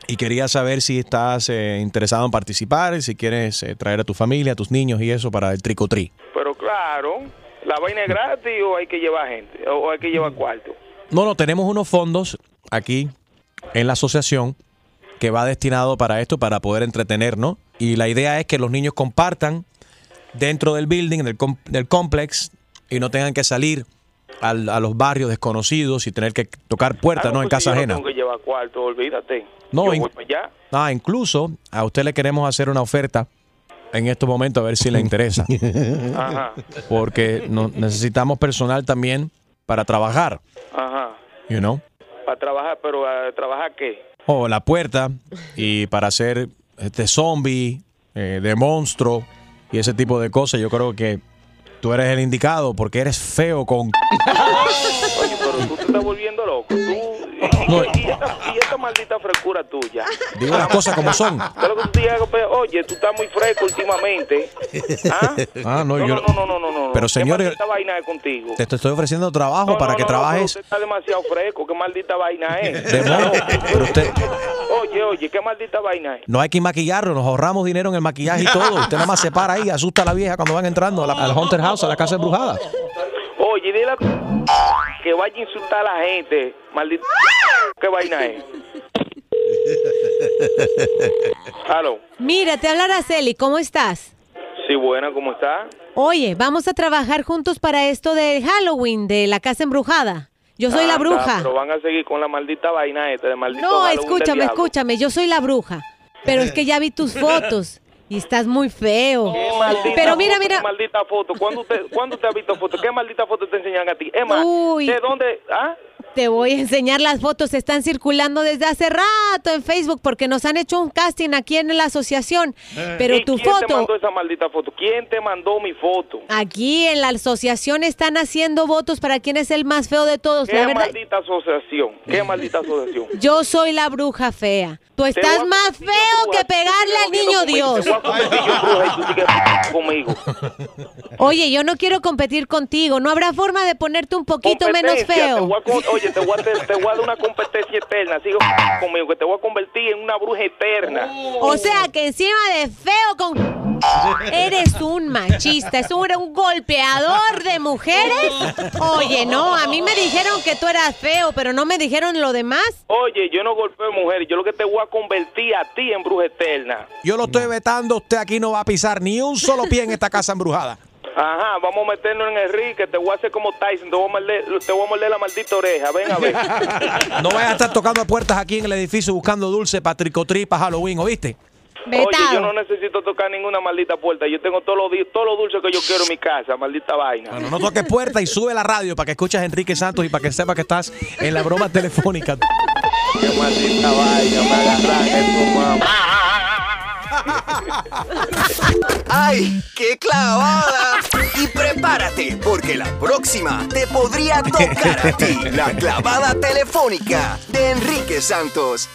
[SPEAKER 1] Y quería saber si estás eh, interesado en participar, si quieres eh, traer a tu familia, a tus niños y eso para el tricotri.
[SPEAKER 8] Pero claro, ¿la vaina es gratis o hay que llevar gente? ¿O o hay que
[SPEAKER 1] Mm.
[SPEAKER 8] llevar cuarto?
[SPEAKER 1] No, no, tenemos unos fondos aquí en la asociación que va destinado para esto, para poder entretenernos. Y la idea es que los niños compartan dentro del building, del, com- del complex, y no tengan que salir al- a los barrios desconocidos y tener que tocar puertas,
[SPEAKER 8] Ah,
[SPEAKER 1] ¿no? En
[SPEAKER 8] pues
[SPEAKER 1] casa
[SPEAKER 8] si yo
[SPEAKER 1] ajena.
[SPEAKER 8] tengo que llevar cuarto, olvídate.
[SPEAKER 1] No,
[SPEAKER 8] Yo
[SPEAKER 1] in-
[SPEAKER 8] voy para allá.
[SPEAKER 1] Ah, incluso a usted le queremos hacer una oferta en estos momentos a ver si le interesa.
[SPEAKER 8] Ajá.
[SPEAKER 1] Porque no- necesitamos personal también para trabajar,
[SPEAKER 8] Ajá.
[SPEAKER 1] you know.
[SPEAKER 8] Para trabajar, pero ¿a trabajar qué?
[SPEAKER 1] O la puerta y para hacer este zombie, eh, de monstruo y ese tipo de cosas. Yo creo que tú eres el indicado porque eres feo con...
[SPEAKER 8] Oye, pero tú te estás volviendo loco. Tú, y, y-
[SPEAKER 1] No. eh.
[SPEAKER 8] y esta, y esta maldita frescura tuya.
[SPEAKER 1] Digo las cosas como son.
[SPEAKER 8] ¿Sabes lo que tú te llegas a pe- Oye, tú estás muy fresco últimamente. ¿Ah?
[SPEAKER 1] Ah, no, yo...
[SPEAKER 8] no, no, no, no, no, no.
[SPEAKER 1] Pero,
[SPEAKER 8] ¿Qué
[SPEAKER 1] señores-
[SPEAKER 8] maldita vaina es contigo?
[SPEAKER 1] Te te estoy ofreciendo trabajo para que trabajes.
[SPEAKER 8] Usted está demasiado fresco, qué maldita vaina es.
[SPEAKER 1] De modo- pero usted-
[SPEAKER 8] Oye, oye, qué maldita vaina es.
[SPEAKER 1] No hay que maquillarlo, nos ahorramos dinero en el maquillaje y todo. Usted nada más se para ahí, asusta a la vieja cuando van entrando a la- al Hunter House, a la casa embrujada.
[SPEAKER 8] Oye, dile a que vaya a insultar a la gente. Maldita qué vaina es. Aló.
[SPEAKER 3] Mira, te habla Araceli, ¿cómo estás?
[SPEAKER 8] Sí, buena, ¿cómo está?
[SPEAKER 3] Oye, vamos a trabajar juntos para esto de Halloween, de la casa embrujada. Yo soy la
[SPEAKER 8] Ah, está,
[SPEAKER 3] bruja.
[SPEAKER 8] Pero van a seguir con la maldita vaina esta de maldito
[SPEAKER 3] No,
[SPEAKER 8] Halloween del
[SPEAKER 3] escúchame,
[SPEAKER 8] diablo.
[SPEAKER 3] escúchame, yo soy la bruja. Pero es que ya vi tus fotos y estás muy feo.
[SPEAKER 8] Qué maldita
[SPEAKER 3] Pero mira,
[SPEAKER 8] foto,
[SPEAKER 3] mira,
[SPEAKER 8] Qué maldita foto. ¿Cuándo usted, ¿cuándo usted ha visto foto? ¿Qué maldita foto te enseñan a ti? Emma,
[SPEAKER 3] Uy.
[SPEAKER 8] ¿de dónde? ¿Ah?
[SPEAKER 3] te voy a enseñar las fotos, están circulando desde hace rato en Facebook porque nos han hecho un casting aquí en la asociación. Pero
[SPEAKER 8] ¿Y
[SPEAKER 3] tu
[SPEAKER 8] quién te
[SPEAKER 3] foto,
[SPEAKER 8] mandó esa maldita foto? ¿Quién te mandó mi foto?
[SPEAKER 3] aquí en la asociación están haciendo votos para quién es el más feo de todos.
[SPEAKER 8] ¿Qué
[SPEAKER 3] La verdad,
[SPEAKER 8] maldita asociación? ¿Qué maldita asociación?
[SPEAKER 3] yo soy la bruja fea. Tú estás más feo que pegarle al niño Dios.
[SPEAKER 8] Te voy a convertir yo en bruja y tú sigues conmigo.
[SPEAKER 3] Oye, yo no quiero competir contigo. No habrá forma de ponerte un poquito menos
[SPEAKER 8] Competencia, te
[SPEAKER 3] feo.
[SPEAKER 8] voy a con- oye, te voy, a, te, te voy a dar una competencia eterna. Sigue conmigo, que te voy a convertir en una bruja eterna.
[SPEAKER 3] O sea que encima de feo con... Eres un machista, es un, un golpeador de mujeres. Oye, no, a mí me dijeron que tú eras feo, pero no me dijeron lo demás.
[SPEAKER 8] Oye, yo no golpeo mujeres, yo lo que te voy a convertir a ti en bruja eterna.
[SPEAKER 1] Yo lo estoy vetando, usted aquí no va a pisar ni un solo pie en esta casa embrujada.
[SPEAKER 8] Ajá, vamos a meternos en Enrique, te voy a hacer como Tyson, te voy a morder, te voy a morder la maldita oreja, ven a ver.
[SPEAKER 1] No vayas a estar tocando puertas aquí en el edificio buscando dulce para tricotri, para Halloween, ¿oíste?
[SPEAKER 8] Oye, yo no necesito tocar ninguna maldita puerta, yo tengo todos los, di- todos los dulces que yo quiero en mi casa, maldita vaina.
[SPEAKER 1] No, no toques puertas y sube la radio para que escuches a Enrique Santos y para que sepa que estás en la broma telefónica.
[SPEAKER 8] Maldita vaina, me agarran en tu mamá.
[SPEAKER 14] ¡Ay, qué clavada! Y prepárate, porque la próxima te podría tocar a ti la clavada telefónica de Enrique Santos.